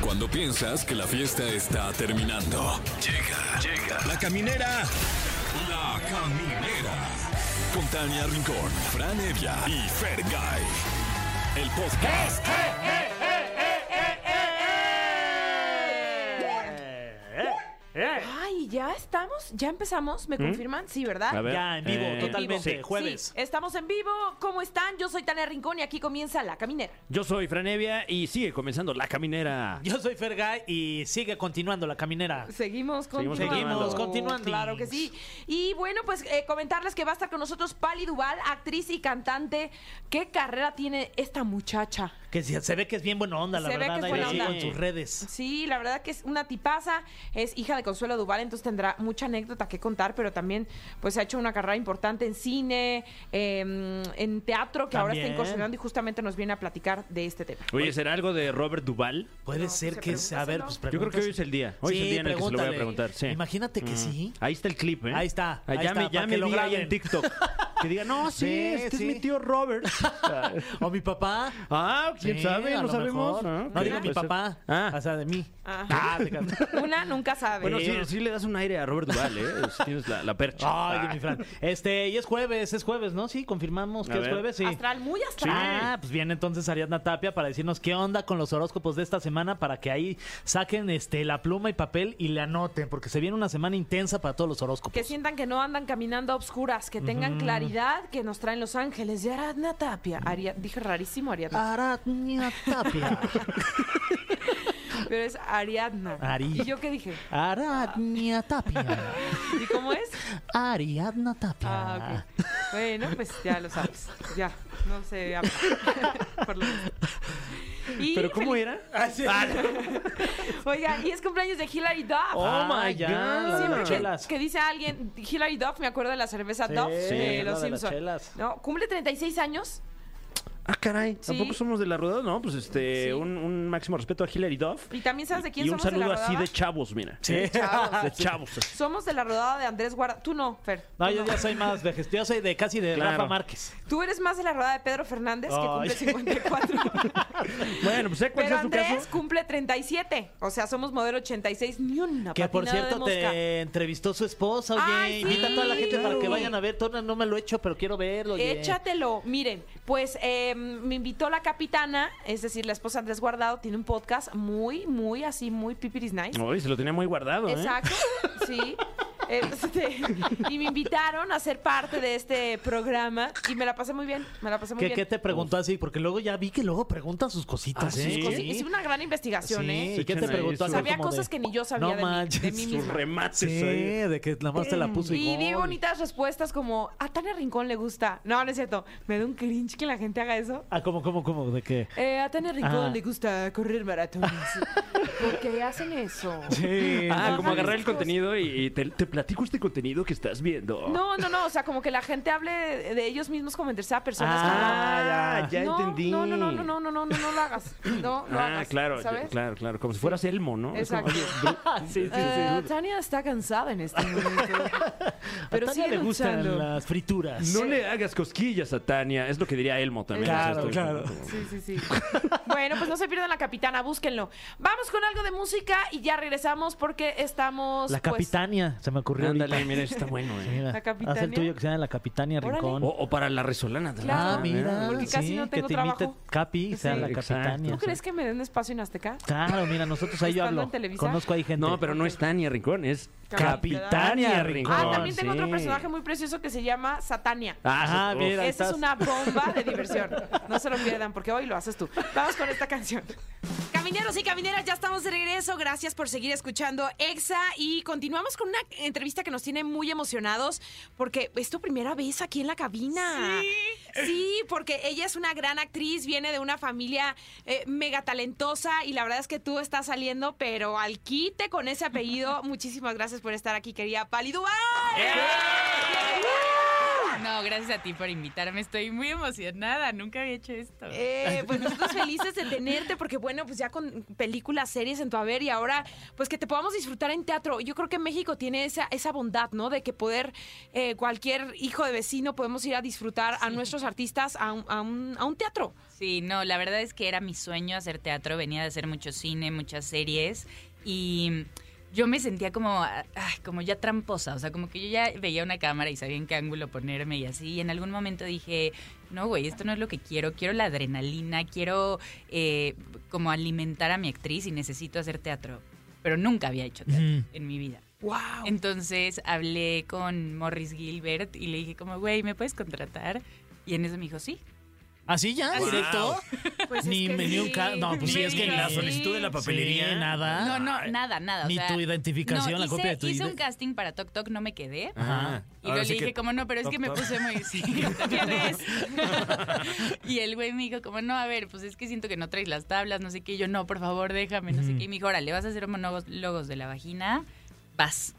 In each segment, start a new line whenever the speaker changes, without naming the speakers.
Cuando piensas que la fiesta está terminando. Llega, llega. La caminera. La caminera. Con Tania Rincón, Fran Evia y Fer El podcast.
Eh,
Ay, ya estamos, ya empezamos, ¿me confirman? Sí, ¿verdad?
¿Mm? A ver.
Ya, en vivo,
Eh,
totalmente.
sí.
Jueves.
Sí, estamos en vivo. ¿Cómo están? Yo soy Tania Rincón y aquí comienza La Caminera.
Yo soy Franevia y sigue comenzando la caminera.
Yo soy Fergay y sigue continuando la caminera.
Seguimos continuando.
Seguimos continuando.
Claro que sí. Y bueno, pues eh, comentarles que va a estar con nosotros Pali Duval, actriz y cantante. ¿Qué carrera tiene esta muchacha?
Que se, se ve que es bien buena onda, la
Se ve
verdad.
que es
ahí
buena
lo sigo
onda.
en sus redes.
Sí, la verdad que es una tipaza, es hija de Consuelo Duval, entonces tendrá mucha anécdota que contar, pero también pues ha hecho una carrera importante en cine, eh, en teatro, que ahora está
También.
incursionando y justamente nos viene a platicar de este tema.
Oye, ¿será algo de Robert Duval?
Puede
No,
ser
pues,
que sea. A ver, pues
pregúntaselo.
Yo creo que hoy es
pregúntaselo.
el día. Hoy es el
Sí,
día en el que se lo voy a
pregúntale.
preguntar. Sí. Mm.
Imagínate que Mm. sí.
Ahí está el clip, ¿eh?
Ahí está,
Ah,
ahí
ya
está,
me, ya
para
me
que lo
vi ahí
graben.
en TikTok. Que diga, no, sí,
Sí,
este
sí.
es mi tío Robert.
O mi papá.
ah, quién
Sí,
sabe,
a
no
lo
sabemos.
mejor.
Ah, ok,
No digo mi
puede ser.
papá.
Ah.
O sea, de mí.
Ah.
te cago.
Una nunca sabe.
Bueno, sí, sí le das un aire a Robert Duval, ¿eh? Es- Tienes la, la percha. Ah,
Ay, mi Fran. Este, y es jueves, es jueves, ¿no? Sí, confirmamos
A
que es
ver.
jueves, sí.
Astral, muy astral.
Ah, pues viene entonces Ariadna Tapia para decirnos qué onda con los horóscopos de esta semana para que ahí saquen este la pluma y papel y le anoten, porque se viene una semana intensa para todos los horóscopos.
Que sientan que no andan caminando a obscuras, que tengan claridad, que nos traen los ángeles de Ariadna Tapia. Aria- dije rarísimo Ariadna,
Ariadna Tapia.
pero es Ariadna.
Ah. Ari.
¿Y yo qué dije?
Ariadna Tapia.
¿Y cómo es?
Ariadna Tapia.
Ah, ok. Bueno, pues ya lo sabes. Ya, no sé. habla. Por lo menos. Y
¿Pero cómo
feliz-
era?
Ah,
Oiga, y es cumpleaños de Hillary Duff.
Oh
Ah,
my God.
ya, la
Siempre
Siempre
de
que-
que, que dice alguien Hillary Duff, me acuerdo de la cerveza
Sí,
Duff
sí,
de
la
los
de las
Simpsons.
chelas.
No, cumple 36 años.
Ah, caray,
Sí.
tampoco somos de la rodada, ¿no? Pues este,
Sí.
un, un máximo respeto a Hilary Duff.
Y también sabes de quién
y un
somos de la
saludo así
rodada.
de chavos, mira.
Sí.
De chavos.
Somos de la rodada de Andrés Guarda. Tú no, Fer.
No,
Tú
yo
no.
ya soy más de gest- Yo soy de casi de
Claro.
Rafa Márquez.
Tú eres más de la rodada de Pedro Fernández, que cumple
Ay.
54.
Bueno, pues sé cuál
Pero
sea su
Andrés
caso.
cumple 37. O sea, somos modelo 86, ni una
Que por
patinada de
cierto
mosca.
te entrevistó su esposa, oye.
Ay,
Invita a toda la gente para que
claro.
vayan a ver. Todavía no me lo he hecho, pero quiero verlo. oye.
Échatelo. Miren, pues eh, me invitó la capitana, es decir, la esposa de Andrés Guardado, tiene un podcast muy, muy así, muy pipiris nice.
Uy, se lo tenía muy guardado, ¿eh?
Exacto, sí. Este, y me invitaron a ser parte de este programa y me la pasé muy bien, me la pasé muy
¿Qué,
bien.
qué te preguntó así? Porque luego ya vi que luego pregunta sus cositas,
Ah,
¿eh?
sus
Hice
cosi-
Hice una gran investigación,
Sí,
¿eh?
¿y qué
Echan
te
ahí
preguntó?
su-
Algo
Sabía
como de,
cosas que ni yo sabía
no
de mí-
manches,
de mí
Sus
misma.
remates
Sí,
ahí.
de que nada más te la puso
Y
y
di
gol.
bonitas respuestas como, a Tania Rincón le gusta. No, no es cierto. Me da un cringe que la gente haga eso.
Ah, ¿cómo, cómo, cómo? ¿De qué?
Eh, a Tania Rincón
Ajá.
le gusta correr maratones. ¿Por qué hacen eso?
Sí.
Ah,
No,
como
no,
agarrar el
discos.
contenido y, y te, te platico este contenido que estás viendo.
No, no, no. O sea, como que la gente hable de, de ellos mismos como en tercera persona. es como,
Ah, ya, ya
no,
entendí.
No, no, no, no, no, no, no, no, no lo hagas. No, lo
Ah,
hagas.
claro,
¿sabes?
claro, claro. Como si fueras Elmo, ¿no? Es como,
Exacto.
sí, sí,
Eh,
sí.
Tania está cansada en este momento. Pero
a
sigue
Tania le gustan
luchando.
las frituras.
No le hagas cosquillas a Tania, es lo que diría Elmo también.
Claro,
O sea, estoy-
claro.
Sí, sí, sí. bueno, pues no se pierdan la capitana, búsquenlo. Vamos con algo de música y ya regresamos porque estamos.
La
pues,
capitania, se me ocurrió
Ándale,
ahorita.
mira, está bueno,
Sí,
¿eh?
mira,
¿La
Haz el
capitania?
tuyo que se llama La Capitania
Órale.
Rincón.
O, o para la resolana. también.
Claro.
Ah, mira,
Porque casi
sí,
no
que
tengo
te invite
trabajo.
Capi, sea
Sí.
la
Exacto.
capitania.
¿Tú
sí.
crees que me den espacio en Azteca?
Claro, mira, nosotros ahí yo
¿Estando
hablo.
en Televisa?
Conozco ahí gente.
No, pero no es Tania Rincón, es
Capitania
Capitania
Rincón.
Rincón.
Ah, también tengo otro
sí.
personaje muy precioso que se llama Satania.
Ah,
Ajá,
uf.
mira. ahí
Esa es
estás.
una bomba de diversión. No se lo pierdan porque hoy lo haces tú. Vamos con esta canción. Camineros y camineras, ya estamos de regreso. Gracias por seguir escuchando EXA y continuamos con una entrevista que nos tiene muy emocionados porque es tu primera vez aquí en la cabina. Sí. porque ella es una gran actriz, viene de una familia eh, mega talentosa y la verdad es que tú estás saliendo, pero al quite con ese apellido. Muchísimas gracias por estar aquí, querida Pali Duval.
No, gracias a ti por invitarme. Estoy muy emocionada. Nunca había hecho esto.
Eh, pues nosotros felices de tenerte porque bueno, pues ya con películas, series en tu haber y ahora pues que te podamos disfrutar en teatro. Yo creo que México tiene esa, esa bondad, ¿no? De que poder eh, cualquier hijo de vecino podemos ir a disfrutar a nuestros artistas a un, a un- a un teatro.
Sí, no, la verdad es que era mi sueño hacer teatro. Venía de hacer mucho cine, muchas series. Y yo me sentía como, ah, ay, como ya tramposa. O sea, como que yo ya veía una cámara y sabía en qué ángulo ponerme y así. Y en algún momento dije, no, güey, esto no es lo que quiero. Quiero la adrenalina, quiero eh, como alimentar a mi actriz y necesito hacer teatro. Pero nunca había hecho teatro
Ujú.
en mi vida.
¡Wow!
Entonces hablé con Morris Gilbert y le dije como, güey, ¿me puedes contratar? Y en eso me dijo, sí.
¿Así ¿Ah, ya? ¿Directo?
Pues
Ni
es que
me ni un ca- no, pues
Sí,
sí,
es que
ni-
la solicitud de la papelería.
Sí, nada.
No, no, nada, nada. o
Ah. Ni
sea,
tu identificación,
no,
la
hice-
copia de tu
Hice
ide-
un casting para Tok Tok, no me quedé.
Ajá.
Y luego
Ahora
le
sí
dije,
que-
como no, pero es
Toc,
que me
toc.
puse muy. Sí, ¿quién es? y el güey me dijo, como no, a ver, pues es que siento que no traes las tablas, no sé qué. Y yo, no, por favor, déjame, no sé
Ujú.
qué. Y me dijo, órale, vas a hacer monólogos de la vagina, vas.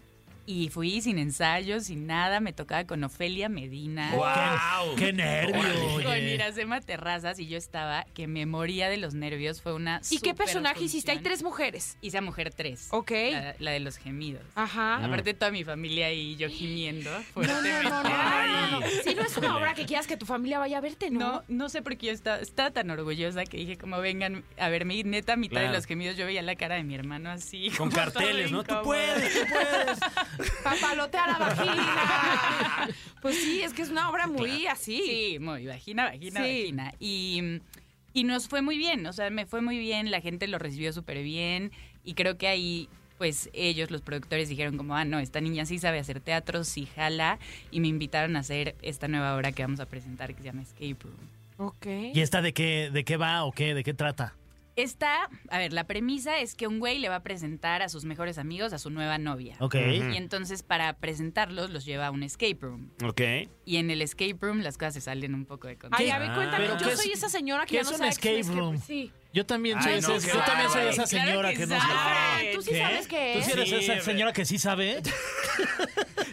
Y fui sin ensayos, sin nada. Me tocaba con Ofelia Medina.
¡Wow!
¡Qué nervio!
Con
Oye.
Iracema Terrazas y yo estaba que me moría de los nervios. Fue una.
¿Y qué
súper
personaje hiciste? Hay
función.
tres mujeres.
Hice a Mujer 3.
Ok.
Ah.
La, la de los gemidos.
Ajá.
Aparte, toda mi familia y yo gimiendo.
No, no,
fuertemente.
no, no, no, no. Sí, Ah. no es una obra que quieras que tu familia vaya a verte, ¿no?
No, no sé por qué yo estaba, estaba tan orgullosa que dije, como vengan a verme. Y neta, a mitad
Claro.
de los gemidos yo veía la cara de mi hermano así.
Con
como todo
carteles, ¿no? Tú
incómodo.
puedes, tú puedes.
Papalotea la vagina. Pues sí, es que es una obra muy así.
Sí, muy vagina, vagina,
Sí.
vagina. Y, mm, y nos fue muy bien, o sea, me fue muy bien, la gente lo recibió súper bien y creo que ahí pues ellos, los productores, dijeron como, ah, no, esta niña sí sabe hacer teatro, sí jala, y me invitaron a hacer esta nueva obra que vamos a presentar que se llama Escape Room.
Ok.
¿Y esta de qué, de qué va o qué? ¿De qué trata?
Esta, a ver, la premisa es que un güey le va a presentar a sus mejores amigos a su nueva novia.
Ok.
Ujú.
Y entonces para presentarlos los lleva a un escape room.
Ok.
Y en el escape room las cosas se salen un poco de control.
Ay, a ver,
Ah.
cuéntame,
¿Pero
yo
qué es-
soy esa señora que
qué
ya
es
no
un
sabe qué es
escape room?
Sí.
Yo también soy,
Ay,
ese-
no, qué
yo también soy
bárbaro.
esa
Claro
señora
que
que, no
sabe.
sabe.
¿Tú sí
¿Qué?
sabes Ah, qué
¿Tú
es?
sí eres
Sí,
esa
ve.
señora que sí sabe?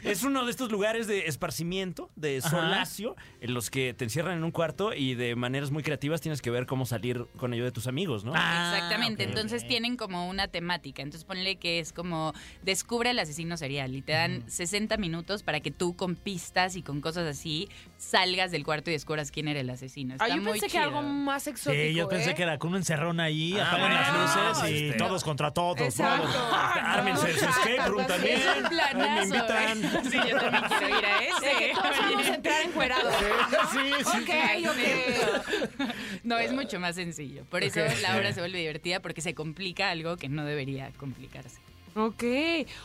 Es uno de estos lugares de esparcimiento, de
Ajá.
solacio, en los que te encierran en un cuarto y de maneras muy creativas tienes que ver cómo salir con ello de tus amigos, ¿no?
Ah,
Exactamente,
ok,
entonces
ok.
tienen como una temática, entonces ponle que es como descubre al asesino serial y te dan 60 minutos para que tú con pistas y con cosas así salgas del cuarto y descubras quién era el asesino. Está
Ah, yo
muy
pensé que
chido.
algo más exótico.
Sí, yo pensé
¿eh?
que era con un encerrón ahí,
Ah,
apagan
bueno,
las luces y
este.
todos contra todos.
Exacto.
¿no?
Ármense su escape room también.
Es un planazo.
Ahí me invitan.
Sí, yo también quiero ir a
¿eh? De que
ese.
todos vamos a entrar encuerados. ¿no?
Sí, sí.
Ok, ok.
No, es mucho más sencillo. Por eso la obra se vuelve divertida porque se complica algo que no debería complicarse.
Ok.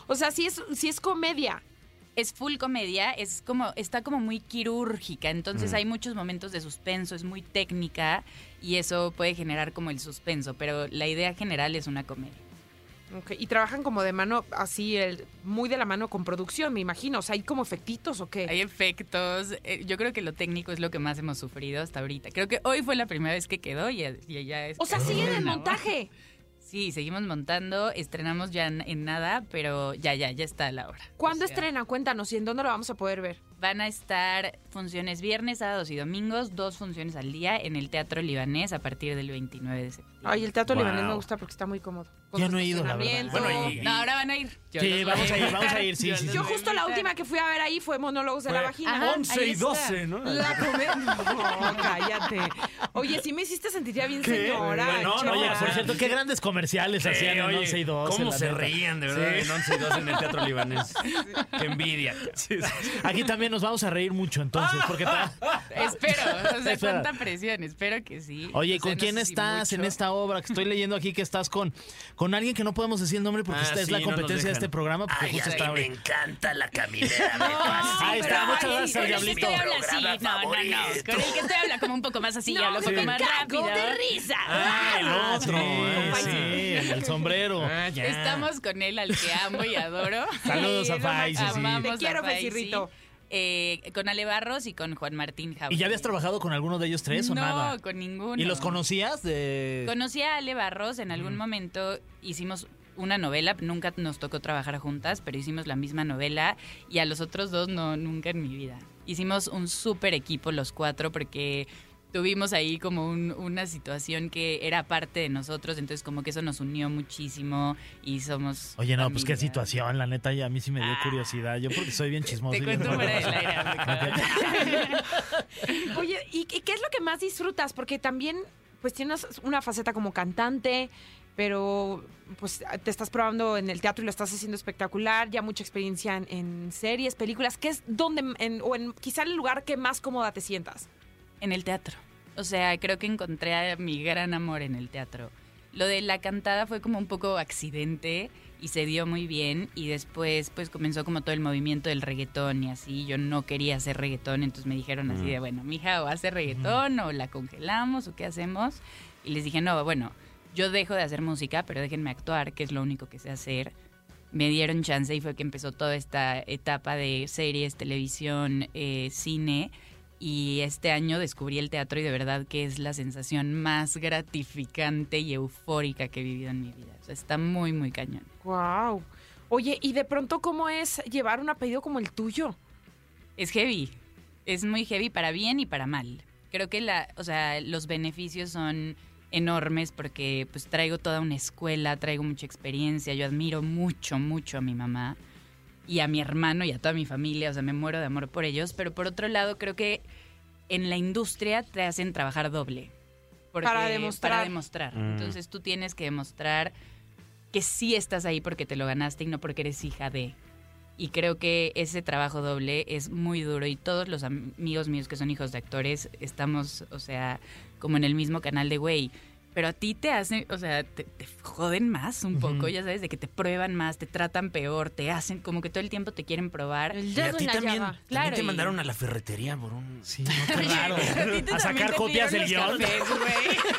O sea, sí es, sí es comedia.
es full comedia, es como, está como muy quirúrgica, entonces hay muchos momentos de suspenso, es muy técnica y eso puede generar como el suspenso, pero la idea general es una comedia.
Ok, Y trabajan como de mano, así, el, muy de la mano con producción, me imagino. O sea, hay como efectitos o qué.
Hay efectos, eh, yo creo que lo técnico es lo que más hemos sufrido hasta ahorita. Creo que hoy fue la primera vez que quedó y, y ya es...
o sea, siguen en
estrenamos.
montaje.
Sí, seguimos montando, estrenamos ya en, en nada, pero ya, ya, ya está la hora.
¿Cuándo
O sea,
estrenan? Cuéntanos y en dónde lo vamos a poder ver.
Van a estar funciones viernes, sábados y domingos, dos funciones al día en el Teatro Libanés a partir del 29 de septiembre.
Ay, el teatro
Wow.
libanés me gusta porque está muy cómodo. Con
Yo
su
no he ido, la verdad.
estacionamiento.
Bueno, y-
Oh. No, ahora van a ir.
Sí, vamos a ir, vamos a ir, sí, sí, sí.
Yo justo la última que fui a ver ahí fue Monólogos de la
Fue-
pues,
Vagina.
Ajá. Ah,
11
ahí
y
está.
12, ¿no?
La comedia. No, cállate. Oye, sí me hiciste sentir ya bien señora.
Bueno,
chava.
no,
Oye,
ya,
por cierto, qué grandes comerciales hacían en
oye,
11 y 12.
¿Cómo
la
se
neta.
reían de verdad
Sí.
en 11 y 2 en el Teatro Libanés? Qué envidia. Ah,
Aquí también nos vamos a reír mucho entonces, porque... pa-
Espero, o sea,
Espera.
cuánta presión, espero que sí.
Oye,
O sea,
¿con
no
quién
sé si
estás en
mucho.
esta obra? Que estoy leyendo aquí que estás con, con alguien que no podemos decir el nombre porque
Ah,
esta es
sí,
la
no nos
competencia de
dejan.
este programa. Porque
Ay,
justo
a
está
mí me
ahorita.
encanta la caminera. me fascina.
Ahí está, muchas gracias al
Con el que
Diablito.
estoy habla así, no, no, no. Con el
favorito.
que estoy habla como un poco más así,
No,
habla un poco
me
más
cago
rápido.
de risa.
Ah, el otro.
Sí,
ah,
eh, sí, el sombrero.
Ah, ya.
Estamos con él, al que amo y adoro.
Saludos
Sí,
a
lo más-
Faisy, sí.
amamos
Te
a
quiero,
Faisy.
Faisirrito.
Eh, con Ale Barros y con Juan Martín Jauregui.
¿Y ya habías trabajado con alguno de ellos tres o
no,
nada?
con ninguno.
¿Y los conocías de...?
Conocí a Ale Barros en algún momento, hicimos una novela, nunca nos tocó trabajar juntas, pero hicimos la misma novela y a los otros dos no, nunca en mi vida. Hicimos un súper equipo los cuatro porque tuvimos ahí como un- una situación que era parte de nosotros, entonces como que eso nos unió muchísimo y somos...
Oye, no, pues qué
familia.
situación, la neta, ya a mí sí me dio curiosidad. Yo porque soy bien chismoso.
Te
y bien
cuento fuera del
rabioso.
aire. amigo.
Oye, ¿y qué qué es lo que más disfrutas? Porque también, pues tienes una faceta como cantante, pero pues te estás probando en el teatro y lo estás haciendo espectacular, ya mucha experiencia en, en series, películas. ¿Qué es donde, en- o en quizá el lugar que más cómoda te sientas?
En el teatro. O sea, creo que encontré a mi gran amor en el teatro. Lo de la cantada fue como un poco accidente y se dio muy bien y después pues comenzó como todo el movimiento del reggaetón y así. Yo no quería hacer reggaetón, entonces me dijeron así de, bueno, mija, o hace reggaetón o la congelamos o qué hacemos. Y les dije, no, bueno, yo dejo de hacer música, pero déjenme actuar, que es lo único que sé hacer. Me dieron chance y fue que empezó toda esta etapa de series, televisión, eh, cine. Y este año descubrí el teatro y de verdad que es la sensación más gratificante y eufórica que he vivido en mi vida. O sea, está muy, muy cañón.
Wow. Oye, y de pronto, ¿cómo es llevar un apellido como el tuyo?
Es heavy. Es muy heavy para bien y para mal. Creo que la, o sea, los beneficios son enormes porque pues traigo toda una escuela, traigo mucha experiencia, yo admiro mucho, mucho a mi mamá y a mi hermano y a toda mi familia, o sea, me muero de amor por ellos, pero por otro lado creo que en la industria te hacen trabajar doble. Porque-
Para demostrar.
Para demostrar.
Mm.
Entonces tú tienes que demostrar que sí estás ahí porque te lo ganaste y no porque eres hija de. Y creo que ese trabajo doble es muy duro y todos los am- amigos míos que son hijos de actores estamos, o sea, como en el mismo canal de güey. Pero a ti te hacen, o sea, te, te joden más un poco, ya sabes, de que te prueban más, te tratan peor, te hacen como que todo el tiempo te quieren probar.
El
Y a
dedo
ti
en la
también,
llaga.
también
Claro,
te
y-
mandaron a la ferretería por un...
Sí, no, qué raro.
ti te
A sacar
también te
copias del
pidieron
guión.
los cafés, güey.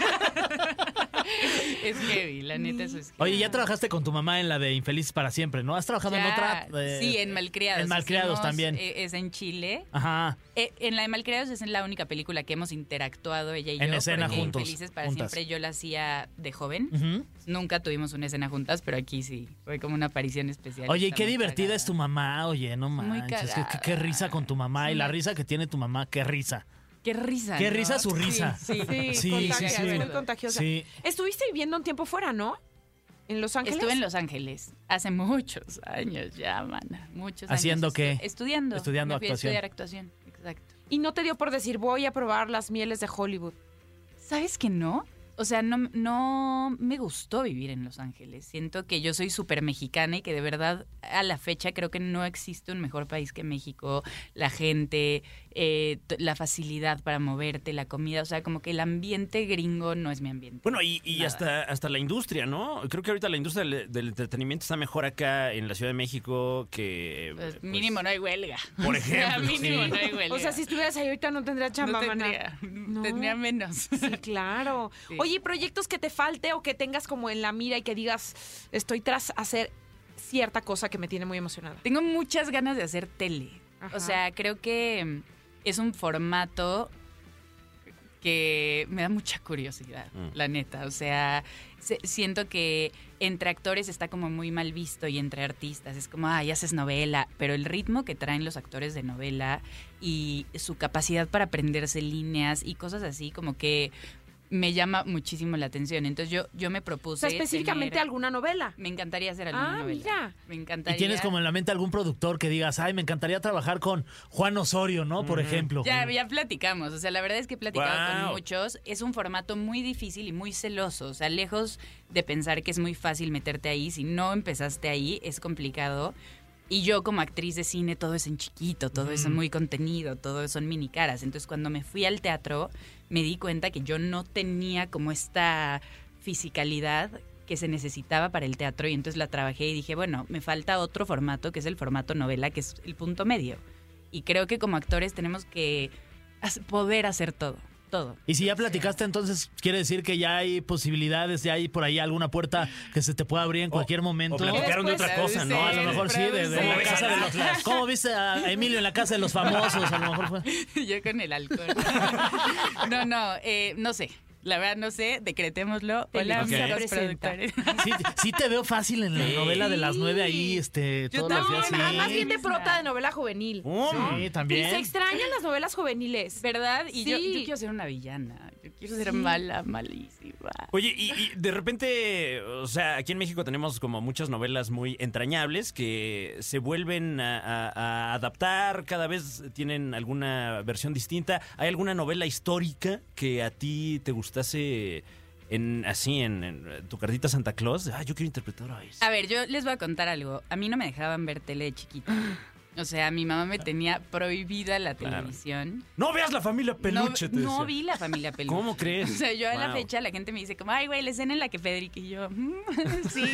es heavy, la neta eso es heavy.
Oye, ya trabajaste con tu mamá en la de Infelices para siempre, ¿no? ¿Has trabajado en
Ya,
otra? eh,
sí, en Malcriados.
En Malcriados
Hicimos,
también.
eh, es en Chile.
Ajá.
Eh, en la de Malcriados es la única película que hemos interactuado ella y yo.
En escena
porque
juntos,
Infelices para
juntas.
siempre yo la hacía de joven.
Ujú.
Nunca tuvimos una escena juntas, pero aquí sí. Fue como una aparición especial.
Oye,
Está
qué
muy
divertida
cagada.
es tu mamá, oye, no
Muy
manches. Qué, qué- qué
cagada.
risa con tu mamá y la risa que tiene tu mamá, qué risa.
Qué risa.
Qué
Ah, ¿no?
risa su risa.
Sí,
Sí,
sí.
Sí,
contagiosa,
sí, sí.
muy contagiosa.
Sí.
Estuviste viviendo un tiempo fuera, ¿no? En Los Ángeles.
Estuve en Los Ángeles hace muchos años ya, mana. Muchos años.
¿Haciendo
Estu-
qué?
Estudiando.
Estudiando
Me fui a
actuación.
estudiar actuación, exacto.
Y no te dio por decir, voy a probar las mieles de Hollywood.
¿Sabes que no? O sea, no, no me gustó vivir en Los Ángeles. Siento que yo soy súper mexicana y que de verdad a la fecha creo que no existe un mejor país que México. La gente, eh, t- la facilidad para moverte, la comida. O sea, como que el ambiente gringo no es mi ambiente.
Bueno, y, y
Nada.
hasta, hasta la industria, ¿no? Creo que ahorita la industria del, del entretenimiento está mejor acá en la Ciudad de México que... eh,
Pues,
pues,
mínimo no hay huelga.
Por
O sea,
ejemplo,
mínimo
sí.
no hay huelga.
O sea, si estuvieras ahí ahorita no tendrías
No
chamba, maná.
tendría,
No.
tendría menos.
Sí, claro.
Sí.
Oye, ¿y proyectos que te falte o que tengas como en la mira y que digas, estoy tras hacer cierta cosa que me tiene muy emocionada.
Tengo muchas ganas de hacer tele.
Ajá.
O sea, creo que mm, es un formato que me da mucha curiosidad,
Mm.
la neta. O sea, se- siento que entre actores está como muy mal visto y entre artistas es como, ay, haces novela, pero el ritmo que traen los actores de novela y su capacidad para aprenderse líneas y cosas así como que me llama muchísimo la atención. Entonces yo, yo me
O
propuse...
sea, específicamente
tener-
alguna novela.
Me encantaría hacer alguna
Ah,
novela.
mira.
Me
Y
encantaría...
tienes como en la mente algún productor que digas, ay, me encantaría trabajar con Juan Osorio, ¿no? Por ejemplo.
Ya, ya platicamos, o sea, la verdad es que he platicado
Guau.
con muchos. Es un formato muy difícil y muy celoso, o sea, lejos de pensar que es muy fácil meterte ahí, si no empezaste ahí, es complicado. Y yo como actriz de cine, todo es en chiquito, todo es muy contenido, todo son mini caras. Entonces cuando me fui al teatro, me di cuenta que yo no tenía como esta fisicalidad que se necesitaba para el teatro y entonces la trabajé y dije, bueno, me falta otro formato, que es el formato novela, que es el punto medio. Y creo que como actores tenemos que as- poder hacer todo, todo.
Y si ya platicaste, entonces quiere decir que ya hay posibilidades, ya hay por ahí alguna puerta que se te pueda abrir en cualquier momento.
Oh, O platicaron de
Después-
otra cosa,
No,
¿no?
a lo mejor sí, de, de la casa de los. ¿Cómo viste a Emilio en la casa de los famosos? A lo mejor fue.
Yo con el alcohol. no, no, eh, no sé. La verdad no sé, decretémoslo. Hola,
Ok.
amigos
presenta.
productores.
Sí, sí te veo fácil en la novela de las nueve ahí, este,
Yo
todos
No,
los
también,
días.
no, más bien
Sí,
de prota de novela juvenil.
Mm.
sí,
Y se
también.
extrañan las novelas juveniles.
¿Verdad? Y yo,
Sí.
yo quiero ser una villana. Yo quiero ser
Sí.
mala, malísima.
Oye, y, y de repente, o sea, aquí en México tenemos como muchas novelas muy entrañables que se vuelven a, a- a adaptar, cada vez tienen alguna versión distinta. ¿Hay alguna novela histórica que a ti te gustase en así en, en tu cartita Santa Claus? Ah, yo quiero interpretar a eso.
A ver, yo les voy a contar algo. A mí no me dejaban ver tele de chiquita. O sea, mi mamá me tenía prohibida la
Claro.
televisión.
No veas la familia peluche,
no,
te
no
decía.
vi la familia Peluche.
¿Cómo crees?
O sea, yo a la
Wow.
fecha la gente me dice como, ay, güey, la escena en la que Federico y yo, "Mm, sí.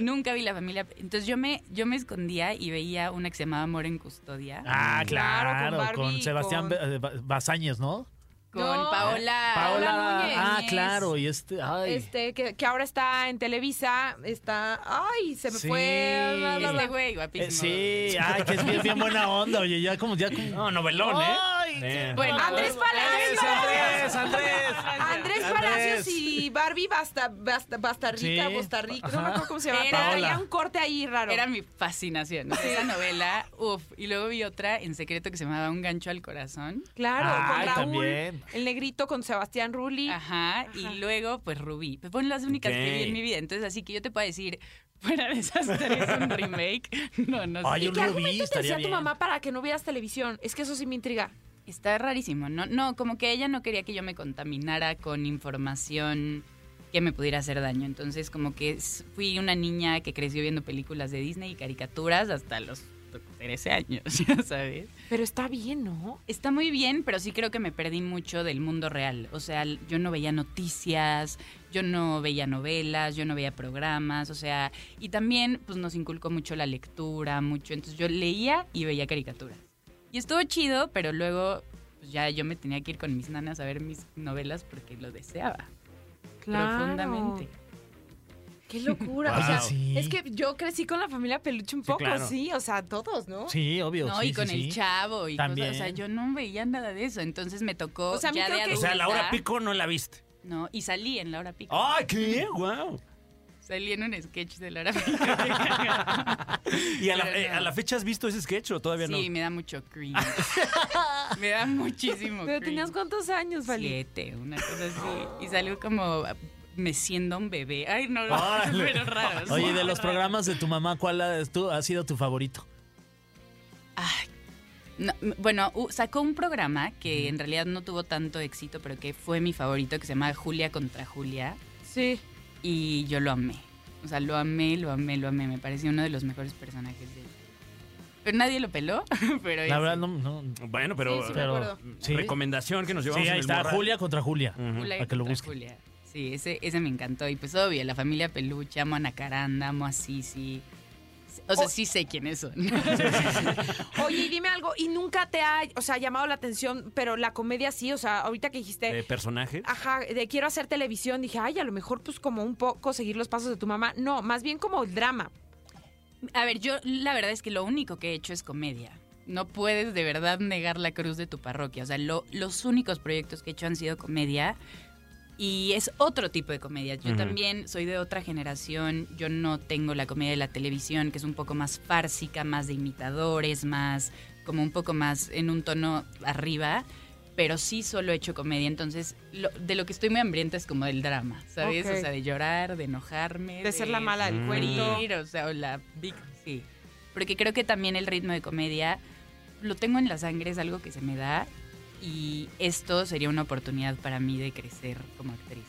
Nunca vi la familia. Pe-". Entonces yo me, yo me escondía y veía una que se llamaba Amor en Custodia
Ah,
Claro,
claro,
con Barbie
con,
y
Sebastián
con-
Ba- eh, Ba- Bazáñez, ¿no?
con
No.
Paola.
Paola Núñez.
Ah, claro, y este, ay.
Este, que, que ahora está en Televisa, está. ¡Ay! Se me
Sí.
fue. bla, bla, bla.
Este güey, guapísimo.
Eh, sí, ay, que es bien, bien buena onda, oye, ya como, ya como.
No, novelón, ¿eh?
Ay,
Eh.
Bueno,
Andrés Palacios.
Andrés, Andrés.
Andrés
Andrés.
Palacios y Barbie Basta, Basta, Basta Rica,
Sí.
Costa Rica, no me acuerdo cómo se llama,
Era-
pero traía un corte ahí raro.
Era mi fascinación. Esa novela, uff. Y luego vi otra en secreto que se llamaba Un gancho al corazón.
Claro,
Ay,
con Raúl,
también.
el negrito con Sebastián Rulli.
Ajá, Y luego, pues Rubí. Pues fueron las únicas que vi
Ok.
en mi vida. Entonces, así que yo te puedo decir, fuera de esas tres, un remake. No, no
Ay,
sé.
¿Y
un
qué
rubí
argumento te
estaría
decía tu
bien.
mamá para que no vieras televisión? Es que eso sí me intriga.
Está rarísimo. No, no, como que ella no quería que yo me contaminara con información que me pudiera hacer daño. Entonces, como que s- fui una niña que creció viendo películas de Disney y caricaturas hasta los 13 años, ya sabes.
Pero está bien, ¿no?
Está muy bien, pero sí creo que me perdí mucho del mundo real. O sea, l- yo no veía noticias, yo no veía novelas, yo no veía programas, o sea, y también pues nos inculcó mucho la lectura, mucho. Entonces yo leía y veía caricaturas. Y estuvo chido, pero luego pues, ya yo me tenía que ir con mis nanas a ver mis novelas porque lo deseaba profundamente.
Qué locura.
Wow.
O sea,
Sí.
es que yo crecí con la familia Peluche un poco, sí,
claro.
o sea, todos, ¿no?
Sí, obvio.
No,
sí,
y
sí,
con
sí.
el chavo y
También.
cosas. O sea, yo no veía nada de eso. Entonces me tocó.
O sea, a mí
ya
creo
de
que-
O sea, la hora
adulta,
pico no la viste.
No, y salí en la hora pico.
¡Ay, qué! ¡Wow!
Salí en un sketch de Laura
¿Y a la,
Pero
eh,
no.
a la fecha has visto ese sketch o todavía no?
Sí, me da mucho cringe. me da muchísimo
Pero
cringe.
tenías cuántos años, Vali.
Siete, una cosa así. Y salió como me siendo un bebé. Ay, no, no, pero raro. sí,
Oye, de los
raro.
programas de tu mamá, ¿cuál ha, tú- ha sido tu favorito?
No, m- bueno, u- sacó un programa que en realidad no tuvo tanto éxito, pero que fue mi favorito, que se llama Julia contra Julia.
Sí.
Y yo lo amé. O sea, lo amé, lo amé, lo amé. Me pareció uno de los mejores personajes de. Pero nadie lo peló, pero
La
es
verdad, no. no
Bueno, pero, eh, mm,
Sí, sí, me
pero-
acuerdo.
sí.
recomendación que nos llevamos
Sí,
en
ahí
el
está,
morral.
Julia contra Julia.
Ujú.
Julia
para que lo
contra
busquen.
Julia. Sí, ese, ese me encantó. Y pues obvio, la familia Peluche, amo a Nacaranda, amo a Sisi. O sea,
Oh.
sí sé quiénes son.
Oye, y dime algo, ¿y nunca te ha, o sea, llamado la atención, pero la comedia sí? O sea, ahorita que dijiste,
De personaje.
ajá, de quiero hacer televisión, dije, ay, a lo mejor pues como un poco seguir los pasos de tu mamá. No, más bien como el drama.
A ver, yo la verdad es que lo único que he hecho es comedia. No puedes de verdad negar la cruz de tu parroquia. O sea, lo- los únicos proyectos que he hecho han sido comedia. Y es otro tipo de comedia. Yo
Ujú.
también soy de otra generación. Yo no tengo la comedia de la televisión, que es un poco más fársica, más de imitadores, más como un poco más en un tono arriba. Pero sí solo he hecho comedia. Entonces, lo- de lo que estoy muy hambrienta es como del drama, ¿sabes?
Ok.
O sea, de llorar, de enojarme.
De ser la mala del
Mm.
cuento.
Morir, o sea, o la vic- sí. Porque creo que también el ritmo de comedia lo tengo en la sangre, es algo que se me da y esto sería una oportunidad para mí de crecer como actriz.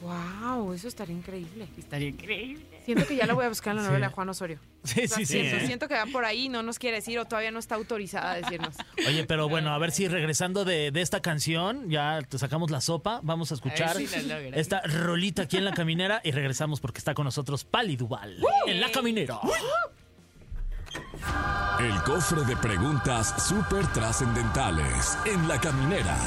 Wow, eso estaría increíble.
Estaría increíble.
Siento que ya la voy a buscar en la
Sí.
novela de Juan Osorio.
Sí, sí, sí.
siento,
¿eh?
siento que va por ahí, no nos quiere decir o todavía no está autorizada a decirnos.
Oye, pero bueno, a ver si regresando de, de esta canción, ya te sacamos la sopa, vamos a escuchar
A ver si la logras.
esta rolita aquí en La Caminera y regresamos porque está con nosotros Pali Duval en La Caminera.
El cofre de preguntas súper trascendentales en la caminera.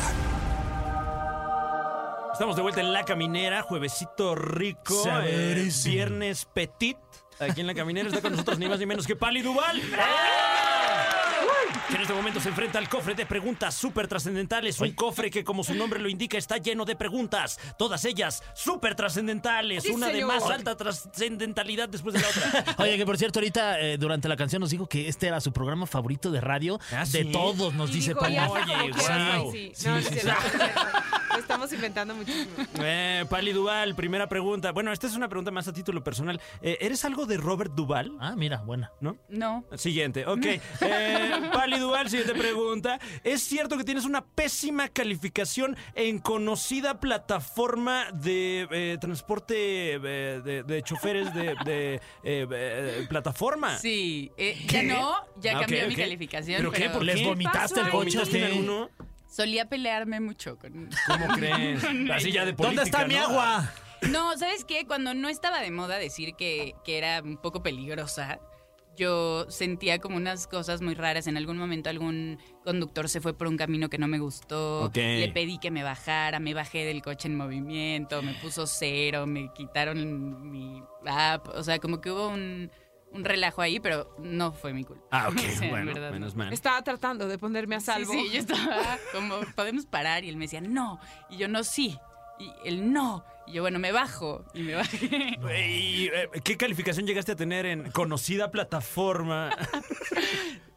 Estamos de vuelta en La Caminera, juevesito rico, eh,
Saberísimo.
viernes
¡Eh!
petit. Aquí en La Caminera está con nosotros ni más ni menos que Pali Duval. que en este momento se enfrenta al cofre de preguntas súper trascendentales. Un cofre que, como su nombre lo indica, está lleno de preguntas. Todas ellas súper trascendentales.
Sí,
una
señor.
de más alta trascendentalidad después de la otra.
Oye, que por cierto, ahorita eh, durante la canción nos dijo que este era su programa favorito de radio.
¿Ah,
de
sí?
todos, nos
Y
dice
dijo, "Ya
Paloma.
está como
Oye,
quieras,
guau.
güey, sí.
Sí,
No, no es
sí,
cierto, no es cierto. Lo estamos inventando muchísimo.
Eh, Pali Duval, primera pregunta. Bueno, esta es una pregunta más a título personal. Eh, ¿Eres algo de Robert Duval?
Ah, mira, buena.
¿No?
No.
Siguiente, ok. Eh, Pali Duval, siguiente pregunta. ¿Es cierto que tienes una pésima calificación en conocida plataforma de eh, transporte eh, de, de choferes de, de, eh, eh, plataforma?
Sí. eh, ya no, ya
Ah, ok,
cambié mi
ok.
calificación.
¿Pero
¿Pero,
qué? ¿Por
Les
qué?
vomitaste
pasó
el
ahí?
coche. a
¿Comienzas en
usted.
alguno?
Solía pelearme mucho con.
¿Cómo crees? Así ya de
¿Dónde
política,
está mi
¿no?
agua?
No, ¿sabes qué? Cuando no estaba de moda decir que, que era un poco peligrosa, yo sentía como unas cosas muy raras. En algún momento algún conductor se fue por un camino que no me gustó.
Ok.
Le pedí que me bajara, me bajé del coche en movimiento, me puso cero, me quitaron mi app. O sea, como que hubo un, un relajo ahí, pero no fue mi culpa.
Ah, ok,
O sea, en
bueno,
verdad, no.
menos mal.
Estaba tratando de ponerme a salvo.
Sí, sí, yo estaba como, podemos parar. Y él me decía, no. Y yo, no, sí. Y él, no. Y yo, bueno, me bajo. Y me bajé.
¿Y eh, qué calificación llegaste a tener en conocida plataforma?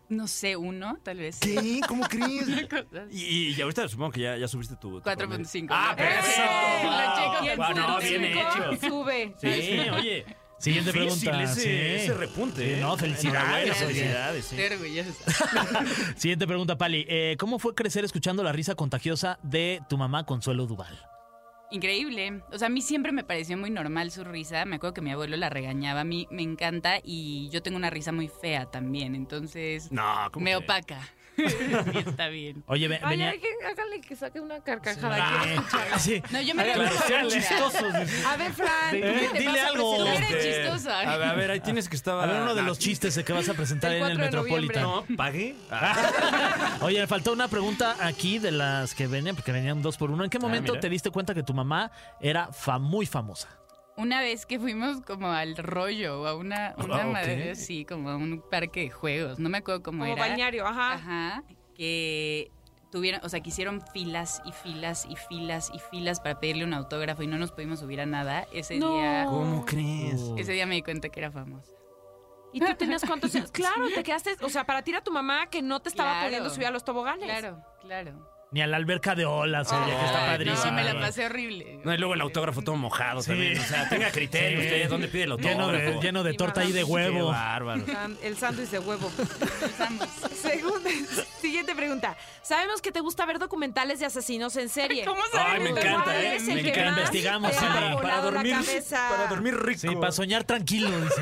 No sé, uno, tal vez.
¿Qué? ¿Cómo crees?
Cosas.
Y, y ahorita supongo que ya, ya subiste tu. tu
4.5.
promedio. ¡Ah, pero
¡Eh!
eso!
Lo checo
Y el
con
Bueno,
punto
punto
bien
cinco.
cinco
hecho.
Sube.
Sí, oye.
Siguiente
difícil
pregunta.
Ese,
sí.
ese repunte.
Sí,
¿eh?
no, felicidades.
Enhorabuena,
oye.
felicidades. ¿eh? sí.
Estoy orgullosa.
Siguiente pregunta, Pali. Eh, ¿Cómo fue crecer escuchando la risa contagiosa de tu mamá Consuelo Duval?
Increíble. O sea, a mí siempre me pareció muy normal su risa. Me acuerdo que mi abuelo la regañaba. A mí me encanta y yo tengo una risa muy fea también. Entonces,
No, ¿cómo
me
crees?
opaca. Y está bien.
Oye, ve-
Ay,
venía.
hay que- hágale que saque una carcajada.
Ah, sí.
No, yo me la
Claro, sean chistosos.
A ver, Fran. ¿tú
Eh,
qué te
dile
vas a
algo.
ofrecer?
Eres
Este,
chistosa.
A ver, a ver, ahí tienes que estar.
A ver, uno de
no,
los chistes que vas a presentar
Del
en el
4 de
Metropolitan.
Ah, No,
noviembre.
Ah. pagué.
Oye, me faltó una pregunta aquí de las que venían, porque venían dos por uno. ¿En qué momento
Ah, mira.
te diste cuenta que tu mamá era fa- muy famosa?
Una vez que fuimos como al rollo, a una, una
Ah, ok.
madre así, como a un parque de juegos. No me acuerdo cómo
Como
era.
bañario, ajá.
Ajá. Que tuvieron, o sea, que hicieron filas y filas y filas y filas para pedirle un autógrafo y no nos pudimos subir a nada. Ese
No.
día.
¿Cómo crees?
Ese día me di cuenta que era famosa.
¿Y tú tenías cuántos años? Claro, te quedaste, o sea, para tirar a tu mamá que no te estaba
Claro.
pudiendo subir a los toboganes.
Claro, claro.
Ni a la alberca de olas, oye, que está
Ay,
padrísimo.
No, me la pasé horrible.
No, y luego el autógrafo todo mojado también. O sea, tenga criterio usted. ¿Dónde pide el
Lleno
autógrafo?
de, lleno de
Mi
torta y
mamá.
de
Qué
huevo.
bárbaro.
San- El sándwich de huevo.
Usamos.
Segunda, siguiente pregunta. Sabemos que te gusta ver documentales de asesinos en serie.
¿Cómo
Ay, me
sabes?
encanta,
¿Cuál
¿eh?
es el
Me
que
encanta.
más
Investigamos,
te
sí,
ha
para-
volado la cabeza?
para dormir rico.
Sí, para soñar tranquilo, dice.